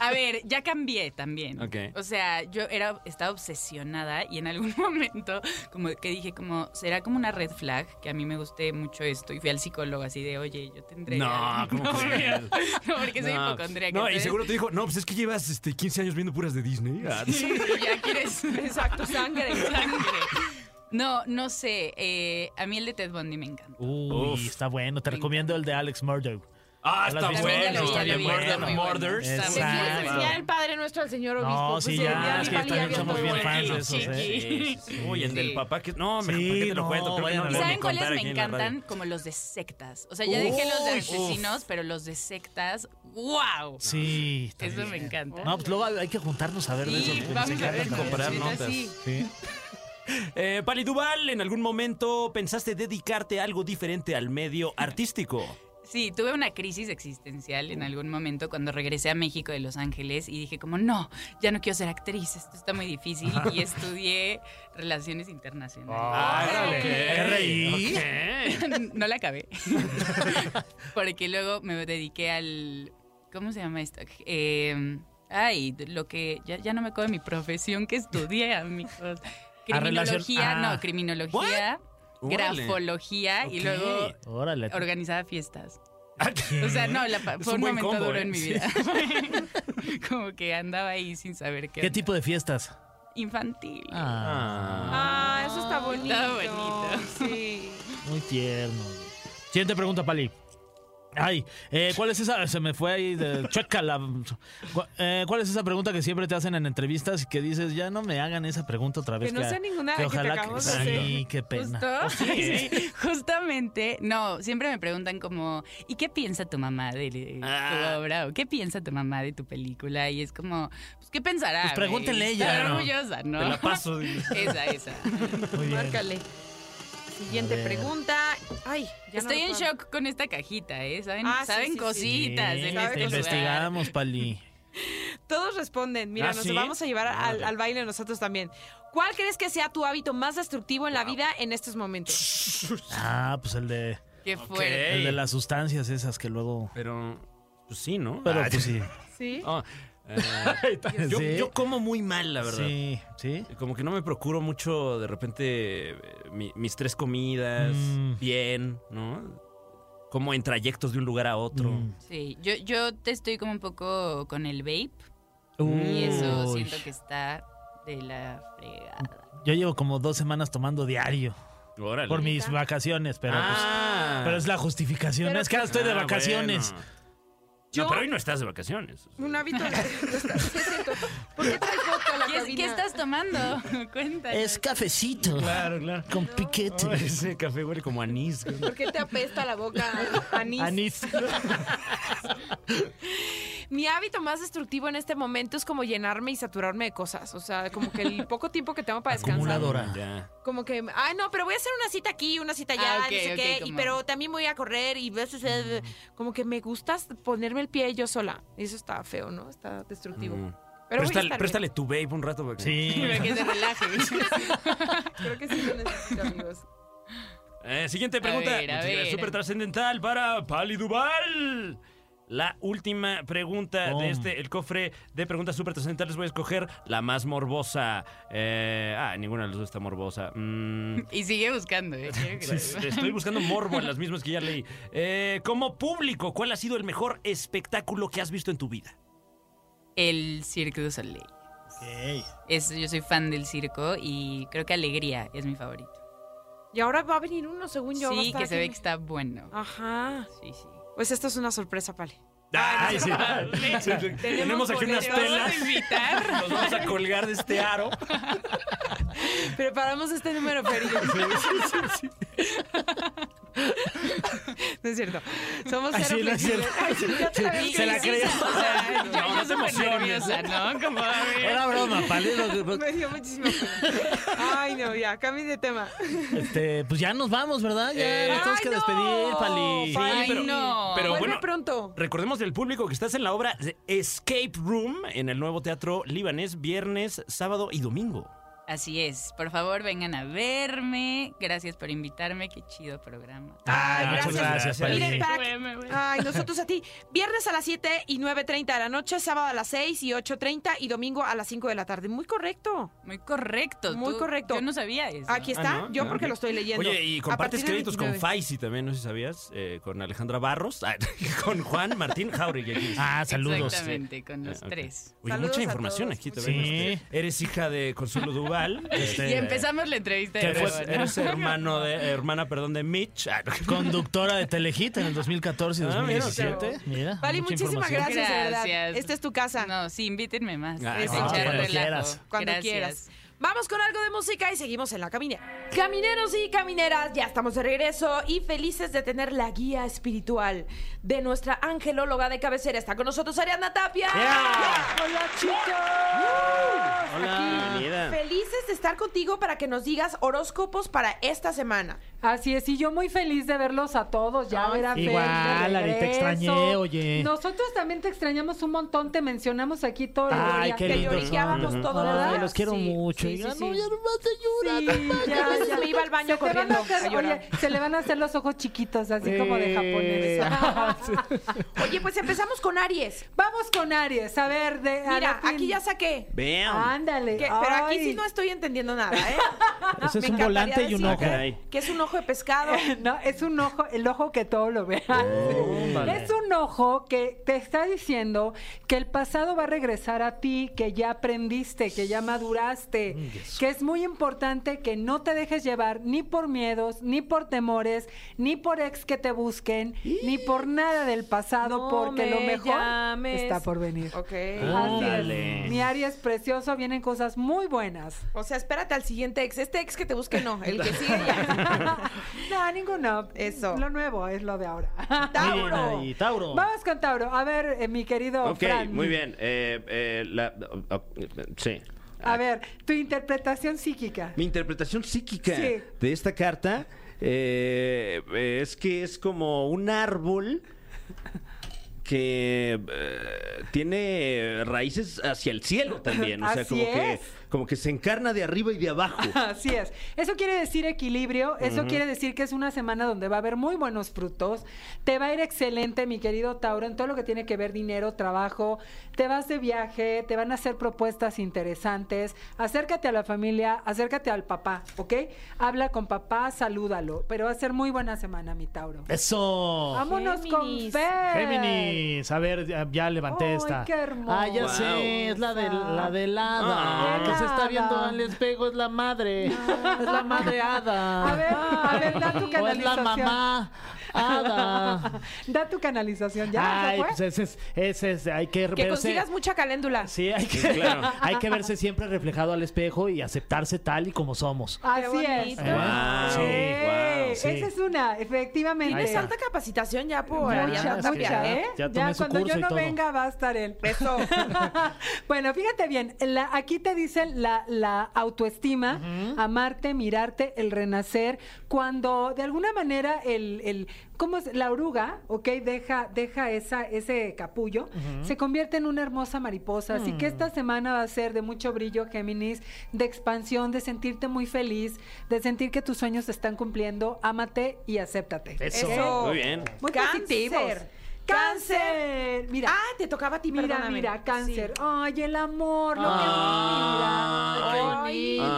A ver, ya cambié también.
Ok.
O sea, yo era, estaba obsesionada y en algún momento como que dije como, será como una red flag, que a mí me guste mucho esto. Y fui al psicólogo así de, oye, yo tendré...
No, ¿cómo crees?
No, porque soy
No,
hipocondríaca.
No, y
¿eh?
entonces,
seguro te dijo, no, pues es que llevas este, 15 años viendo puras de Disney. Ah,
sí, ya quieres
Exacto, sangre.
sangre. No, no sé. eh, a mí el de Ted Bundy me encanta.
Uy,
Uf.
está bueno. Te recomiendo el de Alex Murdoch.
Ah,
Hola,
está
Disney.
También ya
bueno,
lo vi,
está
ya lo
bien
vi, está
bueno. Ah,
muy bueno.
Murders.
Está
¿Le
muy
Exacto.
quieres
bueno.
enseñar el Padre Nuestro al señor obispo? pues,
No, sí,
el
ya,
día
es
de
que
Italia
también
había
somos
todo
bien
bueno.
fans de esos,
Sí,
¿eh?
sí, sí.
Uy, el del papá que. No, me
Sí,
¿por qué te
no,
lo cuento? Creo que no
vayan
lo
a
¿Y
voy a
saben cuáles
contar
me
aquí en la radio.
encantan? Como los de sectas. O sea, ya dije los de asesinos, pero los de sectas, wow.
Sí, está
Eso
bien.
me encanta.
No, pues luego hay que juntarnos a ver de
Sí,
eso.
vamos a ver
comprar
neta,
notas.
sí.
Sí.
Eh, Pali Duval, ¿en algún momento pensaste dedicarte a algo diferente al medio artístico?
Sí, tuve una crisis existencial en algún momento cuando regresé a México de Los Ángeles y dije como, no, ya no quiero ser actriz, esto está muy difícil y estudié relaciones internacionales.
Ah,
Ah,
¡Órale!
¿Qué reí?
no la acabé. Porque luego me dediqué al... ¿Cómo se llama esto? Eh, ay, lo que... Ya, ya no me acuerdo de mi profesión que estudié, amigos.
A relación-
Criminología,
ah.
no, criminología,
Órale.
grafología y
Ok.
luego
Órale.
organizaba fiestas.
Ah,
O sea, no, la pa-
Es
fue
un buen
un, momento
combo,
duro
¿eh?
en mi vida. Como que andaba ahí sin saber qué.
¿Qué
onda.
tipo de fiestas?
Infantil.
Ah,
Ah, eso está bonito.
Está bonito.
Sí.
muy tierno. Siguiente pregunta, Pali. Ay, eh, ¿cuál es esa? Se me fue ahí. De, checa la. Cu- eh, ¿Cuál es esa pregunta que siempre te hacen en entrevistas y que dices, ya no me hagan esa pregunta otra vez?
Que no sea ninguna que te acabamos de hacer.
Ay, qué pena.
Justo.
Oh, sí, ¿eh?
Justamente, no, siempre me preguntan como, ¿y qué piensa tu mamá de de tu
Ah.
obra? ¿O qué piensa tu mamá de tu película? Y es como, pues, ¿qué pensará?
Pues
güey?
pregúntenle
Está
ella, ¿no?
orgullosa, ¿no?
Te la paso. dile.
Esa, esa.
Muy bien.
Márcale. Siguiente pregunta. Ay, ya no
Estoy en
recuerdo.
shock con esta cajita, ¿eh? ¿Saben,
Ah, sí,
¿saben
sí, sí.
cositas?
Sí,
en
sabe
este
te
lugar.
investigamos, Pali.
Todos responden. Mira,
¿Ah,
nos
sí?
vamos a llevar al, al baile nosotros también. ¿Cuál crees que sea tu hábito más destructivo en la vida en estos momentos?
Ah, pues el de,
Qué fuerte.
el de las sustancias esas que luego.
Pero, pues sí, ¿no?
Pero
Ah,
pues sí.
Sí.
ah, eh, yo,
Sí.
yo como muy mal, la verdad.
Sí, sí.
Como que no me procuro mucho de repente eh, mi- mis tres comidas
Mm.
bien, ¿no? Como en trayectos de un lugar a otro.
Mm.
Sí, yo, yo te estoy como un poco con el vape
Uh.
y eso
Uy,
siento que está de la fregada.
Yo llevo como dos semanas tomando diario
Órale.
por mis vacaciones, pero pues,
Ah.
Pero es la justificación.
Pero
es que ahora estoy de
Ah,
vacaciones.
bueno.
Yo-
No, pero hoy no estás de vacaciones.
Un hábito. de- Sí, es cierto. ¿Por qué traes vodka a la
¿Qué, es-
cabina?
qué estás tomando? Cuéntanos.
cafecito. Claro, claro. Con piquete.
Ese café huele como anís.
¿Por qué te apesta la boca, Anís?
Anís.
Mi hábito más destructivo en este momento es como llenarme y saturarme de cosas. O sea, como que el poco tiempo que tengo para descansar.
Acumulador.
Acumuladora.
Acumuladora.
Como que, ay, no, pero voy a hacer una cita aquí, una cita allá,
Ah, ok,
no sé
ok,
qué. y-
como-
pero también voy a correr y veces eh, como que me gusta ponerme el pie yo sola. Y eso está feo, ¿no? Está destructivo. Pero voy a
Mm. préstale,
estar bien.
préstale tu vape un rato. porque-
Sí.
Para que se relaje.
Creo que sí lo necesito, amigos.
Eh, siguiente pregunta.
ver, a
Muchas gracias.
ver.
Súper trascendental para Pali Duval. La última pregunta
Boom.
de este, el cofre de preguntas súper trascendentales. Voy a escoger la más morbosa. Eh, ah, ninguna de las dos está morbosa. Mm,
Y sigue buscando, ¿eh? Quiero que lo
es- estoy buscando morbo en las mismas que ya leí. Eh, como público, ¿cuál ha sido el mejor espectáculo que has visto en tu vida?
El Cirque du Soleil. Es, yo soy fan del circo y creo que Alegría es mi favorito.
Y ahora va a venir uno, según yo. va a
Sí,
estar
que se
aquí.
ve que está bueno.
Ajá.
Sí, sí.
Pues esto es una sorpresa, Pali.
Ay, sí. Sí, sí. Tenemos aquí unas
Te vamos a
telas.
invitar.
Nos vamos a colgar de este aro.
Preparamos este número, Peri. No es cierto. Somos
Ay,
cero
sí, no es
flexibles.
cierto.
Ay, sí, otra vez
Y-
que
y
la
sí,
sí,
creyó.
o sea, yo-
No,
yo
no te
súper
emociones.
nerviosa, ¿no? Como, a ver.
Era broma, Pali. lo que-
Me dio muchísimo Ay, no, ya, cambie de tema.
Este, pues ya nos vamos, ¿verdad? Ya
Eh,
nos tenemos
Ay,
que
no,
despedir, Pali.
Pali.
Ay, no.
pero
Vuelve
bueno,
pronto.
Recordemos del público que estás en la obra de Escape Room en el nuevo teatro libanés viernes, sábado y domingo.
Así es. Por favor, vengan a verme. Gracias por invitarme. Qué chido programa.
Ah,
Ay, muchas
gracias.
gracias, Pali.
Miren, Pac, Ah.
Duerme, güey.
Ay, nosotros a ti. Viernes a las 7 y 9.30 de la noche, sábado a las 6 y 8.30 y domingo a las 5 de la tarde. Muy correcto.
Muy correcto.
Muy
tú-
correcto.
Yo no sabía eso.
Aquí está,
Ah, ¿no?
yo
Ah,
porque
ok.
lo estoy leyendo.
Oye, y
A
compartes
partir del
créditos con
29.
Faisy también, no sé si sabías, eh, con Alejandra Barros, ah, con Juan Martín Jauregui. aquí.
Ah, saludos.
Exactamente, con los
Ah, ok.
tres.
Oye,
Saludos
mucha
a
información
todos,
aquí
muchas
también.
gracias.
este, Eres hija de Consuelo Duval. este,
Y empezamos la entrevista de
que fue-
nuevo, ¿no?
eres hermano de, hermana, perdón, de Mitch. Ah, no.
Conductora de Telehit en el 2014 y
Ah, mira,
2017. Mira.
Pali,
mucha
muchísimas
información.
gracias, de verdad.
Gracias.
Esta es tu casa.
No, sí, invítenme más.
Ah,
Es
cuando
echar
quieras.
relajo.
Quieras.
cuando
Gracias.
quieras. Vamos con algo de música y seguimos en la caminera. Camineros y camineras, ya estamos de regreso y felices de tener la guía espiritual de nuestra angelóloga de cabecera. Está con nosotros Ariadna Tapia.
Yeah.
Hola chicos.
Hola.
Aquí.
Bienvenida.
Felices de estar contigo para que nos digas horóscopos para esta semana.
Así es, y yo muy feliz de verlos a todos, ya ver a Fer de
igual, Ari, te
regreso.
extrañé, oye.
Nosotros también te extrañamos un montón, te mencionamos aquí todo el
Ay,
día.
qué
que
lindo.
lloriqueábamos
son.
todo,
Ay,
¿verdad?
los quiero
Sí,
mucho.
sí,
Oigan,
sí, sí.
no, ya no más te llora.
Sí, ya,
Entonces
ya.
me iba al baño
se te van a
corriendo
hacer-
a llorar.
oye, se le van a hacer los ojos chiquitos, así como
Eh.
de japonés.
Oye, pues empezamos con Aries.
Vamos con Aries, a ver, de
Mira,
Anapin.
aquí ya saqué.
Vean.
Ándale.
Que- pero aquí
ay.
sí no estoy entendiendo nada, ¿eh?
Ese es un
Me encantaría
volante y un
decirte
ojo.
Ah, Caray.
Que es un ojo ojo de pescado.
No, es un ojo, el ojo que todo lo ve.
Oh, Tómale.
Es un ojo que te está diciendo que el pasado va a regresar a ti, que ya aprendiste, que ya maduraste,
Mm,
que es muy importante que no te dejes llevar ni por miedos, ni por temores, ni por ex que te busquen, ni por nada del pasado,
No
porque lo
me
mejor
llames.
está por venir.
Ok.
Ah.
Así
Órale.
es. Mi Aries precioso, vienen cosas muy buenas.
O sea, espérate al siguiente ex. Este ex que te busque, no. El que sigue ya.
No, ninguno.
Eso.
Lo nuevo es lo de ahora.
Muy bien
Tauro.
ahí, Tauro.
Vamos con Tauro. A ver, eh, mi querido.
Ok,
Fran.
muy bien. eh, eh, la- o- o- sí. Ah,
A ver, tu interpretación psíquica.
Mi interpretación psíquica
Sí.
de esta carta eh, es que es como un árbol que eh, tiene raíces hacia el cielo también. O sea,
Así
como que
es.
como que se encarna de arriba y de abajo.
Así es. Eso quiere decir equilibrio, eso quiere decir que es una semana donde va a haber muy buenos frutos, te va a ir excelente, mi querido Tauro, en todo lo que tiene que ver dinero, trabajo, te vas de viaje, te van a hacer propuestas interesantes, acércate a la familia, acércate al papá, ¿ok? Habla con papá, salúdalo, pero va a ser muy buena semana, mi Tauro.
Eso.
Vámonos
Géminis.
con Fer.
Oh. Géminis, a ver, ya, ya levanté
Ay,
esta.
qué hermosa.
Ah, ya sé, es la de la del hada.
Ah.
no se está viendo
Hada.
al espejo, es la madre. Es la madre hada.
A ver, a ver, da tu
O es la
canalización.
mamá hada.
Da tu canalización, ya. ¿Ya
Ay,
fue?
pues ese es, ese es, hay que
Que
verse.
consigas mucha caléndula.
Sí, hay que, hay que verse siempre reflejado al espejo y aceptarse tal y como somos.
Así es.
bonito.
Wow,
Ah. Sí.
wow, sí.
Esa es una, efectivamente.
Tienes
está.
alta capacidad ya por
Ya,
Ariana
es que
Tapia,
ya.
¿eh?
Ya tomé su
cuando
curso
yo
y
no
todo.
venga va a estar él.
Eso.
bueno, fíjate bien, la- aquí te dicen la, la autoestima, amarte, mirarte, el renacer, cuando de alguna manera el, el- ¿cómo es? La oruga, ¿ok? Deja, deja esa, ese capullo, se convierte en una hermosa mariposa, así que
Mm.
esta semana va a ser de mucho brillo, Géminis, de expansión, de sentirte muy feliz, de sentir que tus sueños se están cumpliendo, ámate y acéptate.
Eso.
Eso.
Muy bien.
Muy positivos.
Cáncer.
Cáncer. Mira.
Ah, te tocaba a ti,
Mira,
perdóname.
mira, cáncer.
Sí.
Ay, el amor, lo
Ah,
Ay,
que
bonito.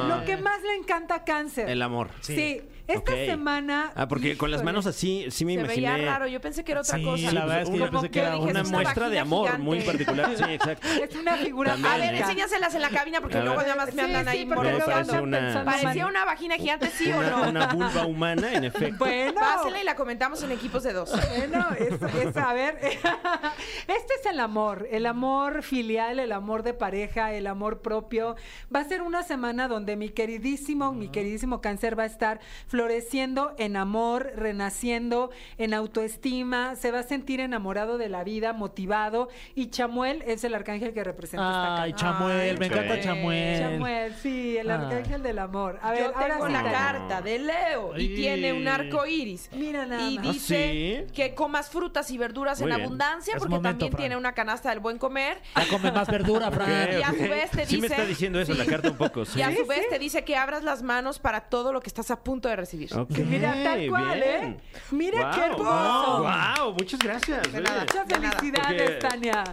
mira. Lo que más le encanta a cáncer.
El amor.
Sí. Esta
Ok.
semana.
Ah, porque con las
híjole,
manos así sí me
Se
imaginé.
veía raro. Yo pensé que era otra
Sí,
cosa.
la verdad es que yo
Como
pensé que era
dije,
Una
es
muestra de
vagina
amor
gigante.
muy particular. Sí, exacto.
Es una figura.
También,
A ver,
¿eh?
enséñaselas en la cabina porque
A
luego
ver.
nada más me
Sí,
andan
sí,
ahí
porque
Me
luego
morboseando.
parece
andan
una-
pensando mal.
Parecía una vagina gigante, ¿sí o
Una,
no?
una vulva humana, en efecto.
Bueno.
Pásela y la comentamos en equipos de dos.
Bueno, es, es- a ver, este es el amor, el amor filial, el amor de pareja, el amor propio. Va a ser una semana donde mi queridísimo, mi queridísimo cáncer va a estar floreciendo en amor, renaciendo, en autoestima, se va a sentir enamorado de la vida, motivado. Y Chamuel es el arcángel que representa
Ay,
esta carta.
Chamuel, me
Chamuel.
encanta Chamuel.
Chamuel, sí, el
Ah.
arcángel del amor. A ver,
Yo
ahora
tengo
sí,
la
Tania.
carta de Leo y
Ay.
tiene un arco iris.
Mira nada
y
más.
dice
¿Ah, sí?
que comas frutas y verduras
Muy
en
bien.
abundancia
Es
porque
momento,
también
Fran.
tiene una canasta del buen comer.
Ya come más verdura, Fran.
Y a su
ok.
vez te
Sí me
dice-
está diciendo eso la carta un poco. Sí.
Y a su vez te dice que abras las manos para todo lo que estás a punto de recibir.
Ok,
Sí, mira, tal cual,
bien.
¿eh? Mira qué
Guau,
hermoso.
guau, guau, muchas gracias.
De nada.
oye.
Muchas
De nada.
felicidades,
Porque-
Tania.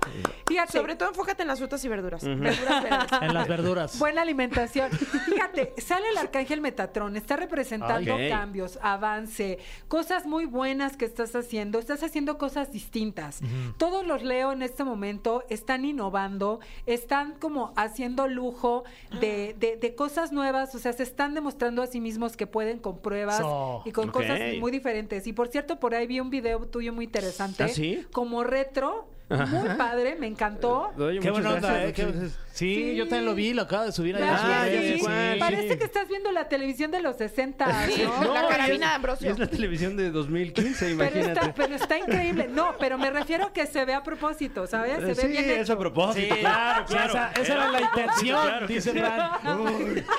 Fíjate,
Sobre todo enfócate en las frutas y verduras. Verduras verdes.
En las verduras.
buena alimentación. Fíjate, sale el arcángel Metatrón, está representando
Ok.
cambios, avance, cosas muy buenas que estás haciendo, estás haciendo cosas distintas. Todos los Leo en este momento están innovando, están como haciendo lujo de, de- de cosas nuevas, o sea, se están demostrando a sí mismos que pueden con pruebas
So.
y con
Ok.
cosas muy diferentes. Y por cierto, por ahí vi un video tuyo muy interesante,
¿Ah, sí?
como retro, muy padre, me encantó.
Oye, muchas
Qué buena onda,
gracias,
¿eh? Qué-
muchas-
Sí,
Sí.
yo también lo vi, lo acabo de subir ahí. a
Claro
las
Ah, ya
que
sé
redes,
sí.
cuál,
Parece que estás viendo la televisión de los 60.
Sí,
¿no?
No,
la
es-
carabina de Ambrosio.
Es la televisión de 2015,
Pero está,
imagínate.
pero está increíble. No, pero me refiero a que se ve a propósito, ¿sabes? Se ve
sí,
bien
eso
hecho.
a propósito.
Sí, claro,
claro.
Esa, esa era la intención, dice Fran. Ah,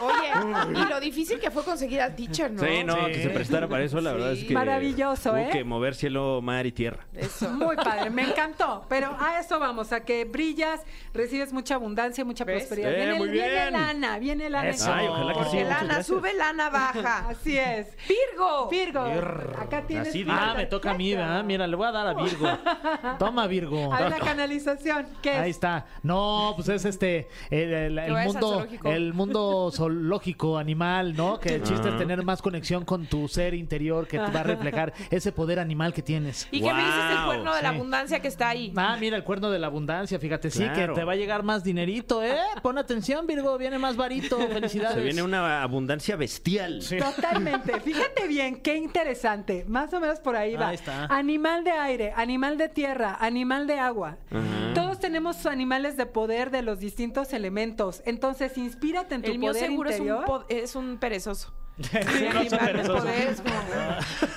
Oye, y lo difícil que fue conseguir al teacher, ¿no?
Sí, no, que se prestara para eso, la verdad es que...
Maravilloso,
hubo
¿eh?
que mover cielo, mar y tierra.
Eso.
Muy padre, me encantó. Pero a eso vamos, a que brillas, recibes mucha abundancia, mucha
¿Ves?
prosperidad.
Eh,
viene,
muy
viene
bien.
lana, viene lana.
Eso.
Ay, ojalá que sí.
Porque
muchas
lana
gracias.
sube, lana baja.
Así es.
Virgo.
Virgo,
Virr,
acá tienes.
así dice.
Ah, me toca a mí, ¿verdad? Mira, le voy a dar a Virgo. Toma, Virgo.
A ver la canalización. ¿Qué es?
Ah. Ahí está. No, pues es este el, el- el
vayas al
mundo,
zoológico.
el mundo zoológico animal, ¿no? Que el chiste es tener más conexión con tu ser interior que te va a reflejar ese poder animal que tienes.
¿Y qué me dices del
Wow,
cuerno de la
sí.
abundancia que está ahí?
Ah, mira, el cuerno de la abundancia, fíjate, sí, que
Claro.
te va a llegar más dinerito, ¿eh? Pon atención, Virgo, viene más varito, felicidades.
Se viene una abundancia bestial.
Totalmente. Fíjate bien, qué interesante. Más o menos por ahí va.
Ahí está.
Animal de aire, animal de tierra, animal de agua. Todos tenemos animales de poder de los distintos elementos. Entonces, inspírate en tu
El mío
poder
seguro es un,
interior.
po- es un perezoso. Sí,
No,
animal
soy
de
perezoso.
poder, es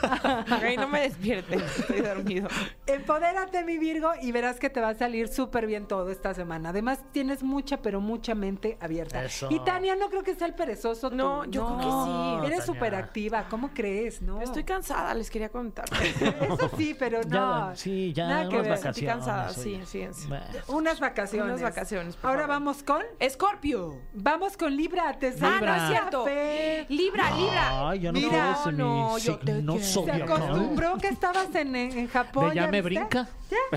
como- Güey, no me despierten, estoy dormido.
Empodérate, mi Virgo, y verás que te va a salir súper bien todo esta semana. Además, tienes mucha, pero mucha mente abierta.
Eso.
Y Tania, no creo que sea el perezoso. tú.
No, yo creo que sí.
Tania.
Eres súper activa. ¿Cómo crees? No.
Estoy cansada, les quería contar.
Eso sí, pero no.
Ya, sí, ya,
Nada que
unas
ver.
Estoy
vacaciones.
cansada, sí,
oye.
fíjense.
Bah.
Unas vacaciones.
Unas vacaciones, por
Ahora
favor.
vamos con.
Escorpio.
Vamos con Libra, te
Ah,
saca
no es
Libra. Ah.
cierto.
café.
Libra, Libra.
Ay, yo no
Mira,
puedo ese
no,
mi
yo te
signo
quiero.
Se
zodiacal.
acostumbró que estabas en, en Japón.
De ya me
viste?
brinca.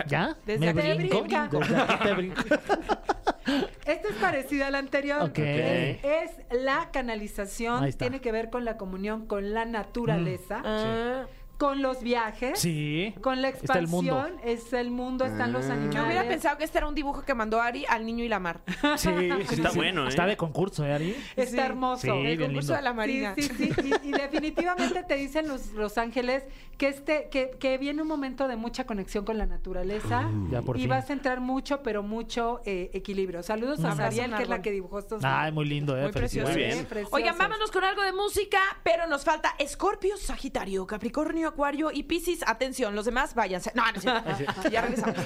¿Ya?
Desde
¿Me
aquí te
brinco?
brinca.
Desde aquí te brinco.
Esta es parecida a la anterior.
Ok.
Es, es la canalización.
Ahí está.
Tiene que ver con la comunión con la naturaleza,
Ah,
con los viajes,
Sí.
con la
Está el mundo.
expansión. Es el mundo, están los animales.
Yo hubiera pensado que este era un dibujo que mandó Ari al niño y la mar.
Sí,
Está bueno, ¿eh?
Está de concurso, ¿eh, Ari?
Está
Sí.
hermoso.
Sí,
El
bien
concurso
lindo.
de la
Sí,
marina.
sí, sí. Y, y definitivamente te dicen los, los ángeles que este, que, que viene un momento de mucha conexión con la
Ah.
naturaleza
Ya por
y
fin.
vas a entrar mucho, pero mucho eh, equilibrio. Saludos a
Abrazo,
Mariel, que es la
árbol.
que dibujó estos.
Ay, muy lindo, ¿eh?
Muy precioso.
Muy
Felicidades.
bien.
Sí, preciosos.
Oigan, vámonos con algo de música, pero nos falta Escorpio, Sagitario, Capricornio, Acuario y Piscis. Atención, los demás váyanse. No, no es cierto. Ya regresamos.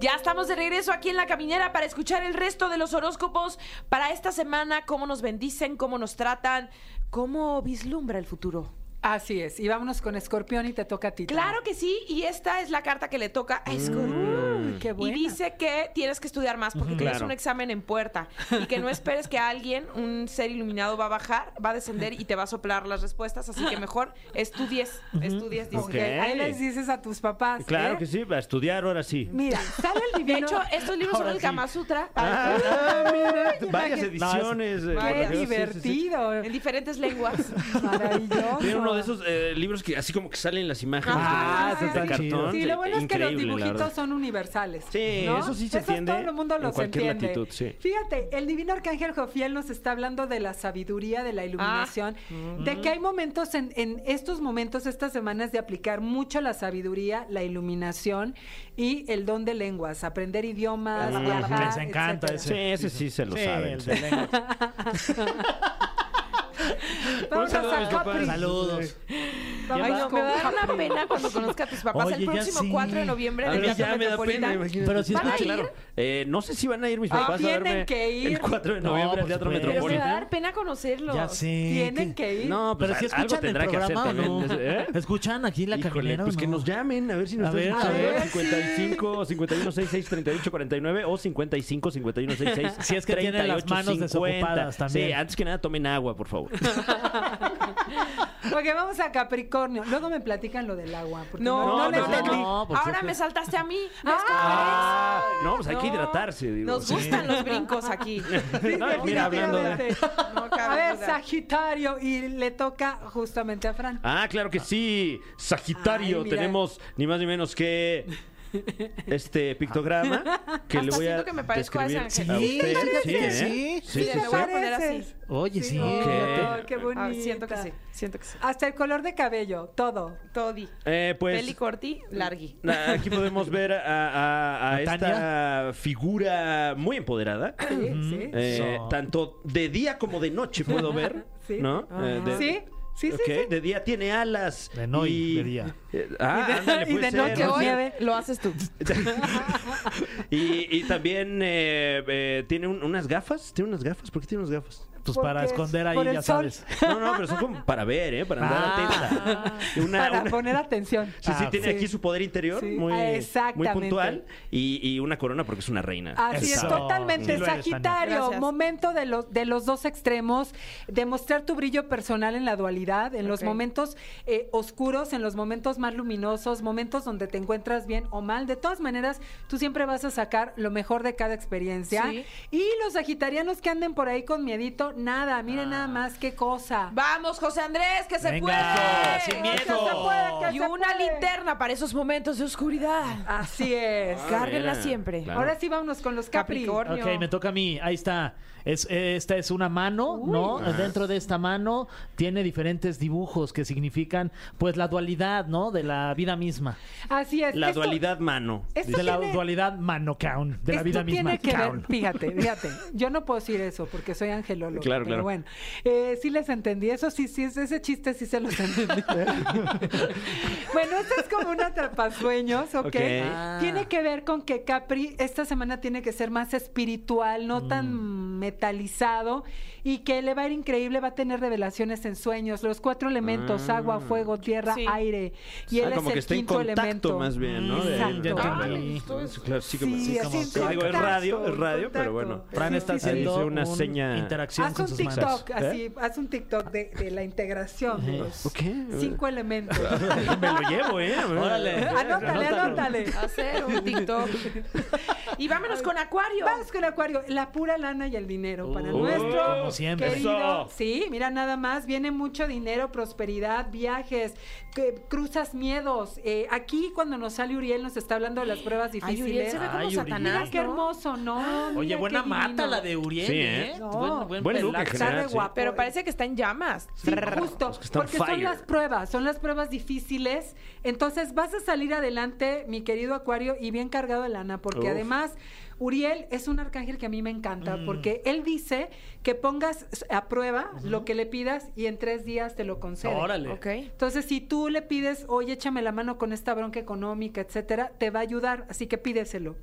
Ya estamos de regreso aquí en La Caminera para escuchar el resto de los horóscopos para esta semana, cómo nos bendicen, cómo nos tratan, cómo vislumbra el futuro.
Así es. Y vámonos con Escorpión y te toca a ti.
Claro que sí, y esta es la carta que le toca a Escorpio.
Uy, Mm, qué
Y
buena.
dice que tienes que estudiar más porque tienes
Claro.
un examen en puerta y que no esperes que alguien, un ser iluminado, va a bajar, va a descender y te va a soplar las respuestas. Así que mejor estudies, estudies. dice.
Ok.
Que Ahí les dices a tus papás.
Claro
¿eh?
que sí, a estudiar ahora sí.
Mira, sale el
De
divino.
hecho, estos libros son el Kama Sutra
Ah, mira, varias
imagínate.
ediciones. eh,
Qué
maravilloso, sí, sí, sí.
divertido.
este, en diferentes lenguas.
Maravilloso.
Tiene uno de esos eh, libros que así como que salen las imágenes
Ah,
de,
sí,
de
sí,
sí.
cartón.
Sí, lo bueno es que los
Increíble, la
dibujitos
verdad.
son universales.
Sí,
¿no?
eso sí se entiende
Todo el mundo
en
los
cualquier
entiende.
latitud, sí.
Fíjate, el divino arcángel Jofiel nos está hablando de la sabiduría, de la iluminación,
Ah.
de que hay momentos en, en estos momentos, estas semanas, de aplicar mucho la sabiduría, la iluminación y el don de lenguas, aprender idiomas, viajar,
Les encanta
etcétera.
ese.
Sí, ese sí se lo
Sí,
saben.
el
sí.
de lengua.
Vamos
saludo a mis
a
papás.
Capri.
Saludos.
Vamos
Ay, no,
con
me va a dar una
Capri.
pena cuando conozca a tus papás
Oye,
el
ya
próximo
sí.
4 de noviembre
A
en el
mí
Teatro
ya me da pena,
Metropolitano.
imagínate.
Pero si
¿Van a
escucha-
ir?
Claro. Eh, no sé si van a ir mis
Ah,
papás a
tienen
verme
que ir. pues,
el 4 de
No,
noviembre al
por
Teatro
Pero me va
supuesto.
a
Metropolitano.
dar pena conocerlos.
Ya sé.
Tienen
¿qué?
que ir.
No, pues
Pero si
al- algo
escuchan el
tendrá que hacer
programa, ¿o no?
también. ¿eh?
¿Escuchan aquí la
Híjole,
caminera o
pues que
no?
nos llamen, a ver si nos
A ver,
están
a
escuchando.
ver,
55 51 66 38 49 o 55 51 66
Si es que tienen las manos
38
desocupadas también.
Sí, antes que nada tomen agua, por favor.
Porque vamos a Capricornio. Luego me platican lo del agua. porque
No,
no,
no,
le
no,
entendí.
no, pues
Ahora
es que-
me saltaste a mí. ¿Ves cómo
Ah,
eres?
no, pues hay que
No.
hidratarse. Digo.
Nos gustan los brincos aquí.
No, mira, hablando de-
Definitivamente.
No cabe
a ver,
duda.
Sagitario, y le toca justamente a Fran.
Ah, claro que sí. Sagitario,
Ay, mira.
tenemos ni más ni menos que este pictograma que le
Hasta
voy a
siento que me parezco a ese
describir
ángel.
a usted.
Sí, fíjate
Sí,
que
¿eh?
sí.
Sí,
Sí,
sí,
me
sí.
voy a poner
pareces.
así.
Oye, sí.
Oh,
¿Qué?
qué bonito.
Ah, siento que sí, siento que sí.
Hasta el color de cabello, todo.
Toddy.
Eh, pues
Peli corti, largui.
na- aquí podemos ver a, a- a
¿A
esta figura muy empoderada.
Sí, sí.
Eh,
Eso.
Tanto de día como de noche puedo ver,
Sí.
¿no?
Ah.
Eh, de-
Sí, sí, sí,
Ok, De día tiene alas.
De no-
y-
de día.
Eh, ah,
Y de-
ándale,
y
puede
de
ser,
noche
¿no?
hoy.
Nieve, lo haces tú.
y, y también eh, eh, tiene un- unas gafas. ¿Tiene unas gafas? ¿Por qué tiene unas gafas?
pues para
Porque-
esconder ahí,
por el
ya
sol.
sabes.
No, no, pero son como para ver, ¿eh? Para andar
Ah.
atenta. Una-
para
una-
poner atención.
Sí, sí,
Ah,
tiene
sí.
aquí su poder interior
Sí, Ah,
muy, muy
exactamente.
puntual y, y una corona porque es una reina.
Así
Eso.
es, totalmente.
Sí lo eres, Tania.
Sagitario,
Gracias.
momento de los, de los dos extremos, demostrar tu brillo personal en la dualidad, en los
Ok.
momentos eh, oscuros, en los momentos más luminosos, momentos donde te encuentras bien o mal. De todas maneras, tú siempre vas a sacar lo mejor de cada experiencia.
Sí.
Y los sagitarianos que anden por ahí con miedito, nada, miren
Ah.
nada más qué cosa.
Vamos, José Andrés, que se
Venga,
puede.
sin
Que
miedo.
se puede, que
Y
se
una
puede.
linterna
para esos momentos de oscuridad.
Así es.
Ah,
Cárguenla
mira.
siempre.
Claro.
Ahora sí vámonos con los Capri.
Capricornio.
Ok, me toca a mí. Ahí está. Es, eh, esta es una mano, ¿no?
Ah.
Dentro de esta mano tiene diferentes dibujos que significan, pues, la dualidad, ¿no? De la vida misma.
Así es.
La
esto-
dualidad mano.
esto
de la
tiene-
dualidad mano caun, de la
Esto
vida misma.
tiene que ver,
caun.
fíjate, fíjate. Yo no puedo decir eso porque soy angelólogo.
Claro, claro.
Pero bueno, eh, sí les entendí. Eso sí, sí, es- ese chiste sí se los entendí. bueno, esto es como una atrapasueños, ¿ok?
Ok. Ah.
Tiene que ver con que Capri esta semana tiene que ser más espiritual, no tan
Mm.
metalizado y que le va a ir increíble, va a tener revelaciones en sueños. Los cuatro elementos,
Ah.
agua, fuego, tierra,
Sí.
aire. Y
Ah,
él
como que
es el
está en
quinto
contacto
elemento.
más bien, ¿no? De-
Exacto.
de-
Ah,
de- Claro, sí, como-
Sí,
sí,
es
como-
un
sí, digo, es
contacto,
radio, es
un
radio, pero
contacto.
bueno.
Fran
Sí,
está
sí, sí.
haciendo
Hice una
un-
seña.
interacción
Haz
con
un
sus
TikTok,
manos. ¿Eh?
así, haz un TikTok de, de la integración de los
Ok.
cinco elementos.
Me lo llevo, ¿eh?
Órale.
anótale, anótale.
Hacer un TikTok. y vámonos con Acuario.
Vamos con Acuario, la pura lana y el dinero para
Uh,
nuestro
como siempre.
querido.
Eso.
Sí, mira nada más, viene mucho dinero, prosperidad, viajes, que cruzas miedos. Eh, aquí cuando nos sale Uriel nos está hablando de las pruebas
Ay,
difíciles.
Uriel se ve como
Ay, Uriel.
Satanás.
Mira qué
¿no?
hermoso, ¿no?
Oye,
Mira
buena
qué
mata
divino.
la de Uriel,
Sí,
¿eh?
¿eh?
No.
Buen, buen
Buen look en
pelaje.
Está re
general, sí.
guapo.
Pero parece que está en llamas.
Sí, justo,
Los que están
porque son
fire.
las pruebas, son las pruebas difíciles. Entonces vas a salir adelante, mi querido Acuario, y bien cargado de lana, porque
Uf.
además Uriel es un arcángel que a mí me encanta, porque él dice que pongas a prueba lo que le pidas y en tres días te lo concede.
Órale.
Ok.
Entonces, si tú le pides, oye, échame la mano con esta bronca económica, etcétera, te va a ayudar. Así que pídeselo,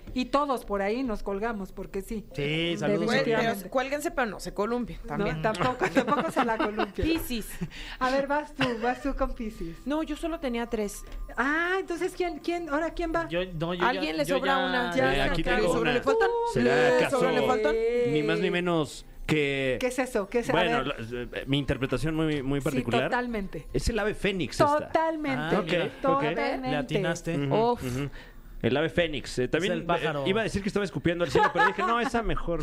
Eso.
Y todos por ahí nos colgamos, porque sí.
Sí, saludos,
Bueno,
Uriel.
Definitivamente.
pero cuélguense, pero no se columpien también.
No, tampoco, tampoco se la columpia.
Piscis.
A ver, vas tú, vas tú con Pisces.
No, yo solo tenía tres.
Ah, entonces quién, quién, ahora quién va?
Yo- no, yo ya-
Alguien le
yo
sobra
ya-
una.
ya
Eh,
se
aquí
¿Le
acabó.
tengo una.
sobra,
Uh,
le faltan?
¿Será
¿Le
acaso-
sobra, le faltan?
Ni más ni menos que...
¿Qué Eh, es eso? ¿Qué es a
Bueno,
ver,
la- eh, mi interpretación muy, muy
sí,
particular.
totalmente.
Es el ave fénix esta.
Totalmente.
Ah, ok, ok.
totalmente.
Le atinaste.
Ujú, ujú. El ave fénix. Eh, también
el pájaro.
eh, iba a decir que estaba escupiendo al cielo, pero dije, no, esa mejor.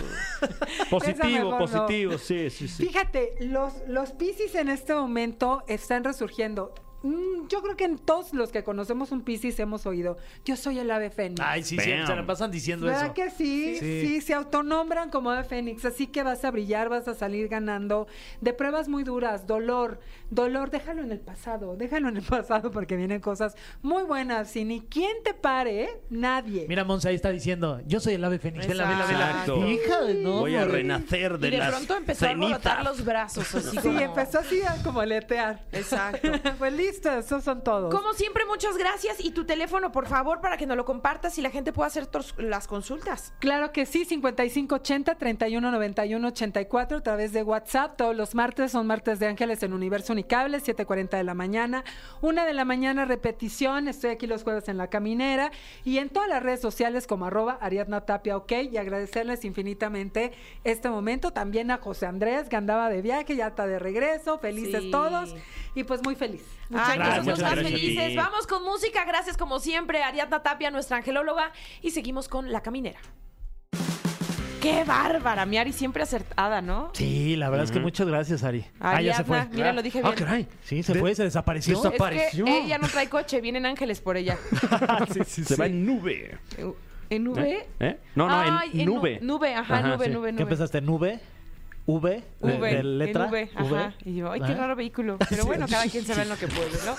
positivo,
mejor no.
positivo, sí, sí, sí.
Fíjate, los, los Pisces en este momento están resurgiendo. Mm, Yo creo que en todos los que conocemos un Piscis hemos oído, yo soy el ave fénix.
Ay, sí, sí,
Bam.
se la pasan diciendo
¿Verdad
eso.
que sí?
Sí.
sí? se autonombran como ave fénix, así que vas a brillar, vas a salir ganando de pruebas muy duras, dolor, dolor, déjalo en el pasado, déjalo en el pasado porque vienen cosas muy buenas y ni quien te pare, ¿eh? nadie.
Mira, Monza ahí está diciendo, yo soy el ave fénix. Vela, vela, vela.
Exacto.
Hija de no.
Voy a
hombre.
renacer de
Y de
las
pronto empezó a
cenizas.
rotar los brazos. Así
sí,
como-
empezó así a como aletear.
Exacto.
pues listo, esos son todos.
Como siempre, muchas gracias. Y tu teléfono, por favor, para que nos lo compartas y la gente pueda hacer tos- las consultas.
Claro que sí, 5580-3191-84 a través de WhatsApp. Todos los martes son martes de Ángeles en Universo Unicable, 7.40 de la mañana. Una de la mañana repetición, estoy aquí los jueves en La Caminera y en todas las redes sociales como arroba Ariadna Tapia, ok. Y agradecerles infinitamente este momento. También a José Andrés, que andaba de viaje, ya está de regreso. Felices
Sí. Ah,
todos y pues muy feliz.
Ay, que
gracias,
somos
muchas
más
gracias a ti.
felices. Vamos con música. Gracias, como siempre, Ariadna Tapia, nuestra angelóloga. Y seguimos con La Caminera. ¡Qué bárbara! Mi Ari siempre acertada, ¿no?
Sí, la verdad es que muchas gracias, Ari. ah, ya se fue.
Ariadna, mira, lo dije bien.
Ah, caray.
Sí, se fue, se desapareció.
Desa-
Es que
Apareció.
Eh, ella no trae coche, vienen ángeles por ella.
Se va en nube.
¿En nube?
¿Eh? No, no, en
Ay, nu-
nube.
Nube, ajá, nube,
sí.
nube, nube.
¿Qué empezaste? ¿Nube? ¿V? ¿De,
V,
de letra? ¿Eh?
en V, ajá. Y yo, ay, qué
Ajá.
raro vehículo. Pero bueno, cada quien se ve en lo que puede, ¿no?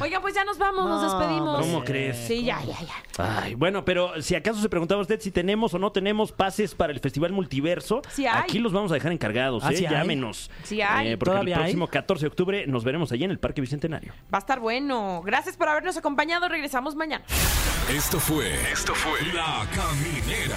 Oiga, pues ya nos vamos, nos
No,
despedimos.
¿Cómo crees?
Sí, ya, ya, ya.
Ay, bueno, pero si acaso se preguntaba usted si tenemos o no tenemos pases para el Festival Multiverso,
Sí hay.
aquí los vamos a dejar encargados,
Ah,
¿eh?
sí hay.
Llámenos.
Sí hay.
Eh, porque el
¿Todavía hay?
próximo 14 de octubre nos veremos allí en el Parque Bicentenario.
Va a estar bueno. Gracias por habernos acompañado. Regresamos mañana.
Esto fue. Esto fue. La Caminera.